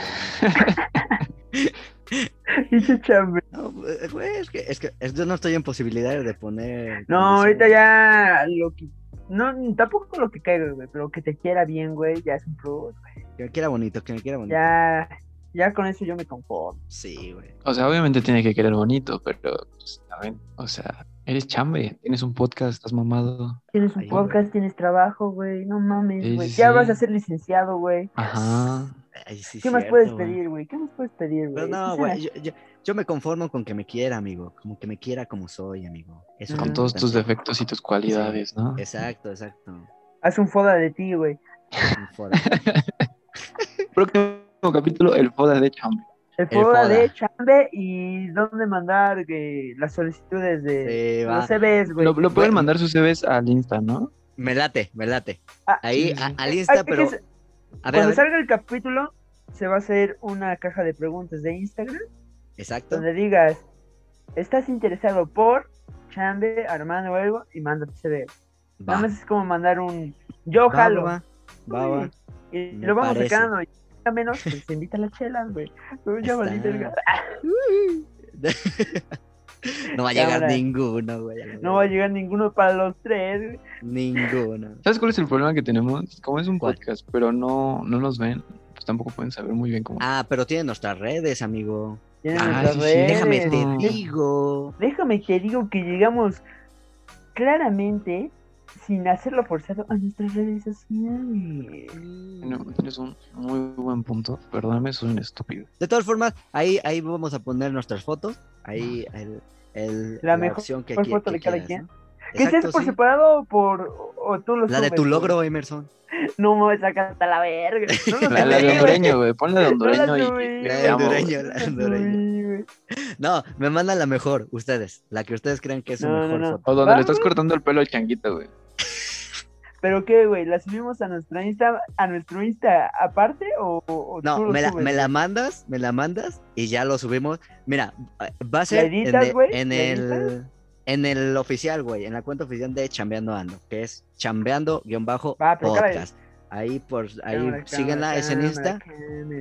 S3: Dice chambe.
S2: No, eh, güey, es que, es que es- yo no estoy en posibilidades de poner.
S3: No, ahorita
S2: condiciones.
S3: ya lo que. No, tampoco lo que caiga, güey, pero que te quiera bien, güey, ya es un plus.
S2: Que me quiera bonito, que me quiera bonito.
S3: Ya, ya con eso yo me conformo.
S2: Sí, güey.
S4: O sea, obviamente tiene que querer bonito, pero pues, también, o sea, eres chambe, tienes un podcast, estás mamado.
S3: Tienes un
S2: Ay, güey.
S3: podcast, tienes trabajo, güey, no mames,
S4: Sí,
S3: güey.
S4: sí,
S3: Ya
S4: sí.
S3: vas a ser licenciado, güey.
S4: Ajá.
S2: Ay, sí,
S3: ¿Qué más
S2: cierto,
S3: puedes
S2: güey.
S3: pedir, güey? ¿Qué más puedes pedir, güey?
S2: Pero no,
S3: Esa-
S2: güey, yo, yo- yo me conformo con que me quiera, amigo. Como que me quiera como soy, amigo. Eso es
S4: Con
S2: lo
S4: todos tus
S2: importante.
S4: defectos y tus cualidades, ¿no?
S2: Exacto, exacto.
S3: Haz un foda de ti, güey.
S2: Un foro.
S4: Próximo capítulo, el foda de chambe.
S3: El
S2: El
S3: foda,
S2: foda.
S3: de Chambe y dónde mandar güey, las solicitudes de
S2: Sí, va.
S3: los CVs, güey.
S4: Lo, lo pueden
S2: Bueno.
S4: mandar sus CVs al Insta, ¿no?
S2: Me late, me late.
S3: Ah,
S2: Ahí,
S4: sí, sí.
S2: a- al
S3: Ay,
S2: Insta,
S3: es que
S2: pero.
S3: se-
S2: A ver, a
S3: Cuando
S2: ver.
S3: salga el capítulo, se va a hacer una caja de preguntas de Instagram
S2: Exacto.
S3: donde digas, ¿estás interesado por Chambe, Armando o algo? Y manda tu CV.
S2: Va.
S3: Nada más es como mandar un yo
S2: Va,
S3: jalo.
S2: va, va, va, va.
S3: Y
S2: Me
S3: lo vamos
S2: parece.
S3: sacando. Y a menos, pues se invita a las chelas, güey. Pero ya
S2: Está.
S3: valí verga.
S1: Mm.
S2: No va a llegar
S3: Cámara.
S2: ninguno, güey. a la
S3: No va a
S2: verga.
S3: llegar ninguno para los tres. güey.
S2: Ninguno.
S4: ¿Sabes cuál es el problema que tenemos? Como es un
S2: ¿Cuál?
S4: podcast, pero no, no nos ven, pues tampoco pueden saber muy bien cómo.
S2: Ah, pero tiene nuestras redes, amigo.
S3: Tienen
S4: Ah,
S3: nuestras
S4: sí, sí.
S3: redes.
S2: Déjame te
S4: Eres.
S2: digo.
S3: Déjame te digo que llegamos claramente sin hacerlo forzado a nuestras redes sociales.
S4: No, tienes un muy buen punto. Perdóname, soy un estúpido.
S2: De todas formas, ahí, ahí vamos a poner nuestras fotos. Ahí el, el-
S3: La mejor
S2: opción que,
S3: foto
S2: qui- que
S3: de cada
S2: quieras,
S3: quien.
S2: ¿no?
S3: ¿Qué es
S2: Exacto,
S3: por
S2: sí.
S3: separado o por o tú lo
S2: La de
S3: subes,
S2: tu
S3: güey?
S2: logro, Emerson.
S3: No me saca hasta la verga. No lo
S4: La, la
S3: subí,
S4: de
S3: güey.
S4: hondureño, güey. Ponla de
S3: No la
S4: hondureño
S3: subí,
S4: y- y.
S3: güey.
S4: te
S2: de
S4: amo, güey.
S2: hondureño, la de
S3: No la subí,
S2: hondureño.
S3: güey.
S2: No, me mandan la mejor, ustedes. La que ustedes crean que es su
S3: No, no,
S2: mejor
S3: no.
S2: foto.
S4: O donde
S3: Va,
S4: le estás
S3: güey.
S4: cortando el pelo al changuito, güey.
S3: Pero qué, güey, ¿la subimos a nuestra Insta, a nuestro Insta aparte o, o- o
S2: No,
S3: tú lo
S2: me la,
S3: subes,
S2: me la
S3: güey?
S2: mandas, me la mandas y ya lo subimos. Mira, va a
S3: ¿La
S2: ser en,
S3: editas,
S2: el-
S3: güey?
S2: en
S3: ¿La
S2: el en el oficial, güey, en la cuenta oficial de Chambeando Ando, que es
S3: Va, pero cámara.
S2: chambeando-podcast. Ahí por ahí
S3: Cámara,
S2: síganla,
S3: cámara,
S2: es en Insta.
S3: cámara.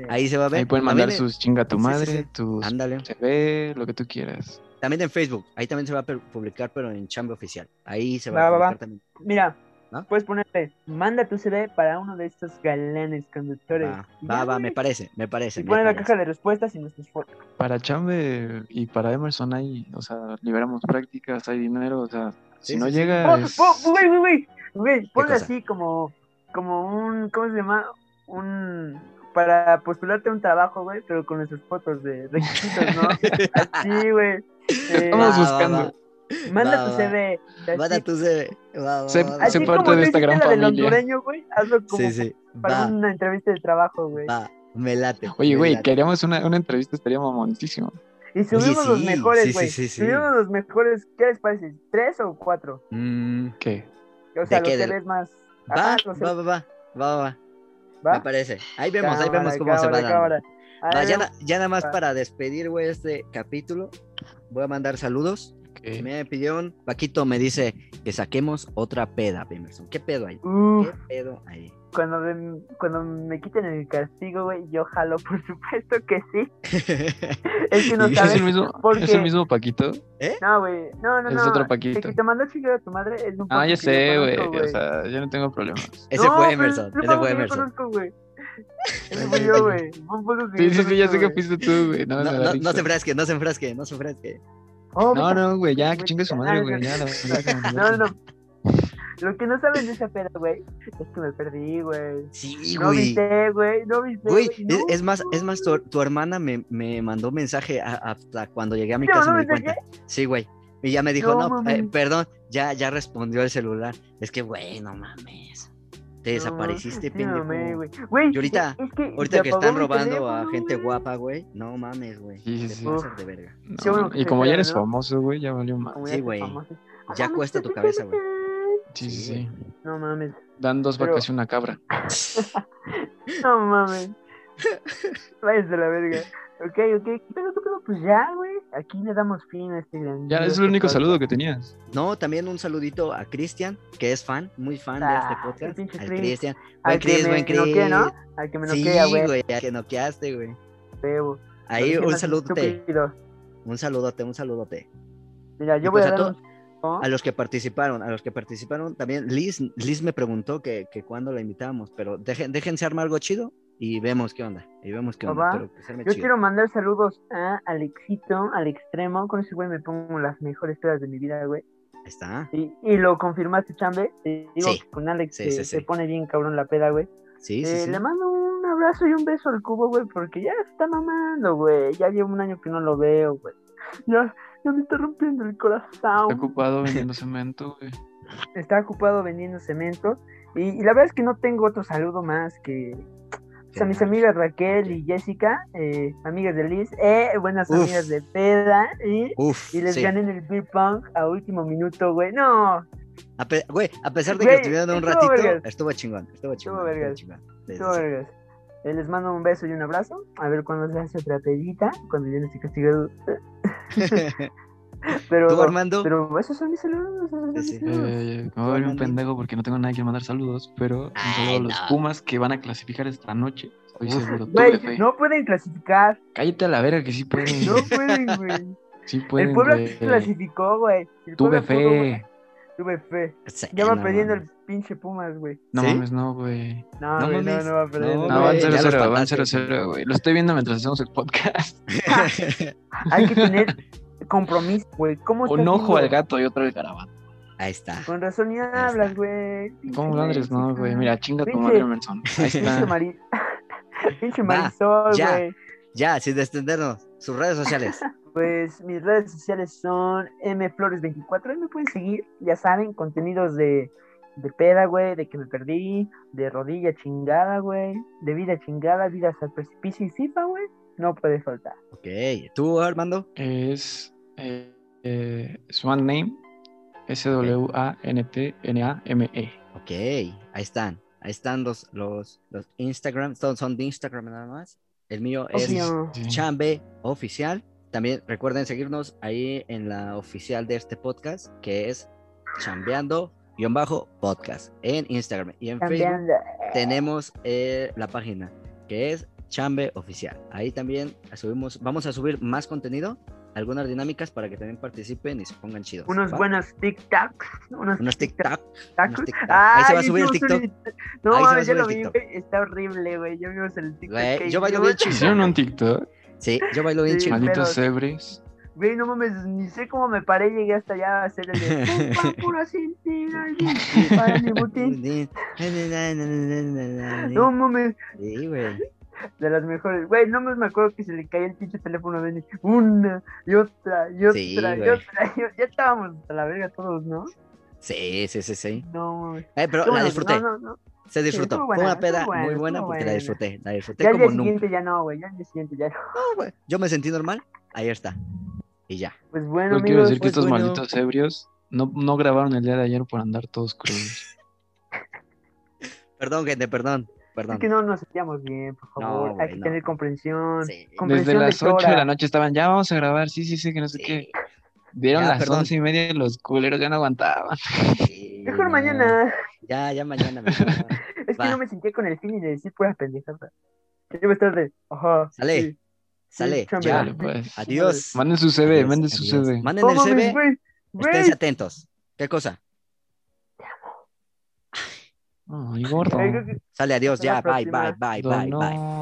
S2: Ahí se va a ver.
S4: Ahí pueden
S2: También
S4: mandar
S2: en-
S4: sus chinga tu
S2: sí, sí,
S4: madre,
S2: sí.
S4: tus
S2: Ándale.
S4: CV, lo que tú quieras.
S2: También en Facebook. Ahí también se va a per- publicar, pero en Chambe Oficial. Ahí se va,
S3: Va,
S2: a
S3: va, va.
S2: publicar también.
S3: Mira,
S2: ¿No?
S3: puedes ponerle, manda tu CV para uno de estos galanes conductores.
S2: Va,
S3: Y
S2: va,
S3: ya,
S2: va,
S3: güey.
S2: me parece, me parece.
S3: Y
S2: me
S3: pone la
S2: parece.
S3: caja de respuestas y nuestras fotos.
S4: Para Chambe y para Emerson hay, o sea, liberamos prácticas, hay dinero, o sea,
S2: Sí,
S4: si no
S2: sí, sí.
S4: llega
S3: Oh,
S4: es-
S3: oh, güey, güey, güey, güey, ponle
S2: cosa?
S3: así como, como un, ¿cómo se llama? Un, para postularte a un trabajo, güey, pero con nuestras fotos de requisitos, ¿no? así, güey. Eh,
S2: Va,
S4: Estamos
S2: va,
S4: buscando.
S2: va.
S3: Manda
S2: Va,
S3: tu
S2: va.
S3: CV. así.
S2: Manda tu CV. Va, va,
S4: Sé-
S2: va, va.
S3: Así
S4: sé
S3: como
S4: parte
S3: tú
S4: de esta
S3: hiciste
S4: gran
S3: la del
S4: familia.
S3: hondureño, güey, hazlo como
S2: Sí, sí.
S3: para
S2: Va,
S3: una entrevista de trabajo, güey.
S2: va. Me late.
S4: Oye,
S2: me
S4: güey,
S2: late.
S4: que haríamos una, una entrevista, estaría mamonísimo.
S3: Y subimos
S2: Oye,
S3: los
S2: sí, sí,
S3: mejores,
S2: sí,
S3: güey.
S2: sí, sí.
S3: Subimos los mejores, ¿qué les parece? ¿Tres o cuatro?
S2: Mm,
S4: ¿Qué?
S3: O
S2: ¿De
S3: sea,
S2: qué?
S3: los que
S2: Del-
S3: ves más.
S2: va,
S3: Ajá, los
S2: va, va, va, va, va.
S3: Ah, ¿va?
S2: Me parece. Ahí vemos, ahí vemos
S3: Cámara,
S2: cómo se va
S3: cámara,
S2: dando.
S3: cámara. Ahí
S2: Va, ya,
S3: vemos.
S2: na- ya nada más
S3: Va.
S2: para despedir, güey, este capítulo. Voy a mandar saludos.
S4: ¿Qué?
S2: Me pidieron, Paquito me dice que saquemos otra peda, Pimerson. ¿Qué pedo hay?
S3: Uf,
S2: ¿Qué pedo hay?
S3: uh, cuando, me, cuando me quiten el castigo, güey, yo jalo, por supuesto que sí. Es que no
S2: Y-
S4: ¿Es
S3: sabes.
S4: el mismo,
S3: Porque-
S4: ¿Es el mismo Paquito?
S3: No, güey. No, no,
S4: Es
S3: no.
S4: otro
S3: El
S4: Paquito.
S3: que te mandó a chingar a tu madre es un
S4: Ah,
S3: Paquito
S4: ya
S3: que
S4: sé,
S3: yo
S4: güey.
S3: conozco,
S4: O sea, yo no tengo problema.
S2: Ese
S3: No,
S2: fue
S3: pero
S2: Emerson,
S3: es un
S2: ese fue
S3: Paco que yo
S2: Emerson.
S3: conozco, güey. Ese fui yo, güey. Fue un Paco que
S4: Sí,
S3: yo
S4: sí, sí, ya
S3: conozco,
S4: sé que
S3: güey.
S4: fuiste tú, güey. No,
S2: No,
S4: me
S2: no,
S4: da
S2: no
S4: risa.
S2: se enfrasque, no se enfrasque, no se enfrasque.
S3: Oh,
S4: No, no, güey, ya, que
S3: güey,
S4: chingue su
S3: ya,
S4: madre,
S3: no,
S4: güey.
S3: no,
S4: Ya, la
S3: No, no. Lo que no saben de esa peda, güey, es que me perdí, güey.
S2: Sí,
S3: No
S2: güey.
S3: viste, güey. No viste.
S2: Güey,
S3: no.
S2: es, es más, es más, tu, tu hermana me, me mandó mensaje a- hasta cuando llegué a mi
S3: ¿Te
S2: casa y me di
S3: mandó
S2: cuenta. Sí, güey. Y ya me dijo,
S3: No,
S2: no,
S3: mames.
S2: eh, perdón, ya, ya respondió el celular. Es que, güey, no mames. Te desapareciste,
S3: No, sí, me
S2: pendejo.
S3: mamé, güey. Güey,
S2: Y ahorita-
S3: es que
S2: Ahorita
S3: se
S2: que
S3: apagó
S2: están
S3: mi
S2: robando a
S3: teléfono,
S2: gente
S3: güey.
S2: guapa, güey. No mames, güey.
S4: Sí, sí,
S2: Te
S4: sí.
S2: pasas de verga.
S4: No,
S3: Sí, bueno,
S4: y
S3: que
S4: como
S3: sea,
S4: ya eres
S3: ¿no?
S4: famoso, güey, ya valió más.
S3: Como
S2: Sí,
S3: ya se
S2: güey.
S3: famoso.
S2: Ya
S3: Ah,
S2: cuesta
S3: me
S2: tu cabeza, güey.
S4: Sí, sí,
S2: Sí, güey.
S4: sí.
S3: No mames.
S4: Dan dos
S3: Pero-
S4: vacas y una cabra.
S3: No mames. Váyanse a la verga. Ok, ok. ¿Qué pedo, qué pedo? Pues ya, güey. Aquí le damos fin a este gran.
S4: Ya, es el único saludo que tenías.
S2: No, también un saludito a Cristian, que es fan, muy fan
S3: Ah,
S2: de
S3: el
S2: este
S3: pinche
S2: podcast. Al
S3: Chris.
S2: Cristian. Buen
S3: Al
S2: Cris,
S3: que
S2: buen
S3: me
S2: Cris.
S3: noquea, ¿no? Al que me
S2: Sí,
S3: noquea, güey.
S2: güey, al que noqueaste, güey.
S3: Bebo.
S2: Ahí
S3: Los
S2: un
S3: demás
S2: saludote,
S3: estúpidos.
S2: un saludote, un saludote.
S3: Mira,
S2: Y
S3: yo voy
S2: pues
S3: a
S2: a
S3: dar
S2: to-
S3: un... ¿no?
S2: A los que participaron, a los que participaron también. Liz, Liz me preguntó que, que cuándo la invitábamos, pero dejen, déjense armar algo chido y vemos qué onda. Y vemos qué onda.
S3: Papá,
S2: pero que se arme
S3: Yo
S2: chido.
S3: quiero mandar saludos a Alexito, al extremo. Con ese güey me pongo las mejores pedas de mi vida, güey.
S2: Ahí Está.
S3: Y, y lo confirmaste, Chambe. Te digo
S2: Sí.
S3: que con Alex
S2: Sí,
S3: se,
S2: sí, sí.
S3: se pone bien cabrón la peda, güey.
S2: Sí,
S3: Eh,
S2: sí, sí.
S3: Le mando un abrazo y un beso al cubo, güey, porque ya está mamando, güey. Ya llevo un año que no lo veo, güey. Ya, ya me está rompiendo el
S4: Está
S3: corazón.
S4: ocupado vendiendo cemento, güey.
S3: Está ocupado vendiendo cemento. Y, y la verdad es que no tengo otro saludo más que o sea, mis amigas Raquel y Jessica, eh, amigas de Liz, eh, buenas
S2: Uf.
S3: amigas de peda, ¿eh?
S2: Uf,
S3: y les
S2: sí.
S3: gané en el beer punk a último minuto, güey. No,
S2: A pe- güey, a pesar de que
S3: Güey,
S2: estuvieron un
S3: estuvo
S2: ratito,
S3: vergas.
S2: estuvo chingón, estuvo chingón.
S3: vergas.
S2: chingón. Sí, sí,
S3: tú,
S2: sí.
S3: vergas. Eh, les mando un beso y un abrazo. A ver cuándo se hace otra pedita, cuando yo no estoy castigado. Pero,
S2: Tú, Armando,
S3: pero esos son mis saludos. esos son
S2: Sí,
S3: mis
S2: sí.
S3: saludos.
S4: Eh, me voy a ver un pendejo porque no tengo nadie que mandar saludos, pero un saludo
S2: Ay,
S4: a los
S2: no.
S4: Pumas que van a clasificar esta noche. Estoy
S2: Uf.
S4: seguro. Tuve fe.
S3: Güey, no pueden clasificar.
S4: Cállate a la verga que sí pueden.
S3: No pueden, güey.
S4: Sí pueden.
S3: El pueblo
S4: güey.
S3: clasificó, güey. El
S4: Tuve
S3: Puebla pudo, güey.
S4: fe.
S3: Tuve fe.
S2: sí,
S3: Ya va
S2: no
S3: perdiendo
S2: mames.
S3: el pinche Pumas, güey.
S4: No
S2: ¿Sí?
S4: mames, no, güey.
S3: No,
S2: No
S3: güey, no,
S2: mames.
S3: no va a perder.
S2: No,
S4: No,
S3: güey.
S4: van
S2: ya los
S4: 0-0, van
S2: pataste.
S4: 0-0, güey. Lo estoy viendo mientras hacemos el podcast.
S3: Hay que tener compromiso, güey. ¿Cómo
S4: Un
S3: estás
S4: ojo
S3: viendo?
S4: al gato y otro al garabato.
S2: Ahí está.
S3: Con razón ni
S2: está.
S3: hablas, güey.
S4: ¿Cómo madres? No, güey. Mira, chinga tu
S3: Pinche-
S4: madre, Emerson. Ahí
S3: Pinche,
S4: está.
S3: Mari- Pinche
S2: Va,
S3: Marisol,
S2: ya.
S3: güey.
S2: Ya, sin extendernos, sus redes sociales.
S3: Pues mis redes sociales son mflores24. Ahí me pueden seguir, ya saben, contenidos de, de peda, güey, de que me perdí, de rodilla chingada, güey, de vida chingada, vidas al precipicio y FIFA, güey. No puede faltar.
S2: ok, ¿tú, Armando?
S4: Es eh, eh, Swan Name. S-W-A-N-T-N-A-M-E.
S2: Ok, ahí están. Ahí están los, los, los Instagram. Son, son de Instagram nada más. El mío es
S3: Obvio.
S4: Sí.
S2: Chambe Oficial. También recuerden seguirnos ahí en la oficial de este podcast, que es chambeando-podcast en Instagram. Y en Facebook
S3: Cambiando.
S2: tenemos eh, la página, que es Chambe Oficial. Ahí también subimos, vamos a subir más contenido, algunas dinámicas para que también participen y se pongan chidos.
S3: Unos
S2: ¿va?
S3: buenos TikToks. Unos,
S2: Unos TikTok.
S3: TikToks.
S2: unos TikTok. Ahí se va a
S3: Ay,
S2: subir el
S3: hicimos un- No,
S2: Ahí se va a
S3: mames, ya
S2: subir el
S3: lo vi,
S2: TikTok.
S3: güey. Está horrible, güey. Ya vimos el TikTok.
S2: Güey,
S3: que
S2: yo bailo
S3: hicimos.
S2: bien chingón.
S4: ¿Hicieron un TikTok?
S2: Sí, yo bailo bien
S3: Sí,
S2: chido.
S3: pero-
S4: Malditos cebres.
S3: Güey, no mames, ni sé cómo me paré, llegué hasta allá a hacer el de "Pum, pam, pura cintina, alguien para mi botín. No mames,
S2: Sí, güey.
S3: de las mejores. Güey, no más me acuerdo que se le caía el pinche teléfono de Benny. Una y otra y otra
S2: Sí,
S3: y otra.
S2: güey.
S3: y otra. Ya estábamos hasta la verga todos, ¿no?
S2: Sí, sí, sí, sí.
S3: No, güey.
S2: Eh, pero
S3: Qué
S2: la
S3: bueno,
S2: disfruté,
S3: No, no, no.
S2: se disfrutó.
S3: estuvo
S2: Fue
S3: buena,
S2: una peda
S3: estuvo
S2: muy buena
S3: buena, estuvo
S2: porque la
S3: buena.
S2: disfruté. La disfruté
S3: Ya al día
S2: como nunca.
S3: siguiente ya no, güey. Ya al día siguiente ya. no.
S2: No, güey, Yo me sentí normal, ahí está. Y ya.
S3: Pues bueno,
S4: Yo
S3: amigos.
S4: quiero decir que
S3: pues
S4: estos
S3: bueno.
S4: malditos ebrios no, no grabaron el día de ayer por andar todos crudos.
S2: Perdón, gente, perdón.
S3: Es
S2: Perdón.
S3: que no nos sentíamos bien, por
S2: No,
S3: favor. Hay
S2: güey,
S3: que
S2: no.
S3: tener comprensión.
S2: Sí.
S4: Desde
S3: Comprensión
S4: las 8 de
S3: lectora.
S4: la noche estaban, ya vamos a grabar, sí, sí, sí, que no sé
S2: Sí,
S4: qué. Vieron
S2: Ya,
S4: las
S2: perdón.
S4: once y media y los culeros ya no aguantaban.
S2: sí,
S3: Mejor
S2: no.
S3: mañana.
S2: Ya, ya mañana. mejor.
S3: Es
S2: Va.
S3: que no me sentía con el fin de decir puras pendejadas. Yo iba a estar de. Ajá.
S2: Sale,
S3: sí, sí,
S2: Sale,
S3: chambea.
S2: ya.
S4: Vale, pues.
S2: Adiós.
S4: Manden su CV,
S2: Adiós,
S4: manden su
S2: adiós.
S4: CV.
S2: Manden
S3: No
S2: el
S3: mames,
S2: CV.
S3: güey,
S2: Esténse
S3: güey.
S2: atentos. ¿Qué cosa?
S4: Ay, gordo.
S3: Ay, creo que-
S2: Sale, adiós, ya.
S3: Hasta la
S2: Bye,
S3: próxima.
S2: bye, bye, bye, bye.
S4: Donó.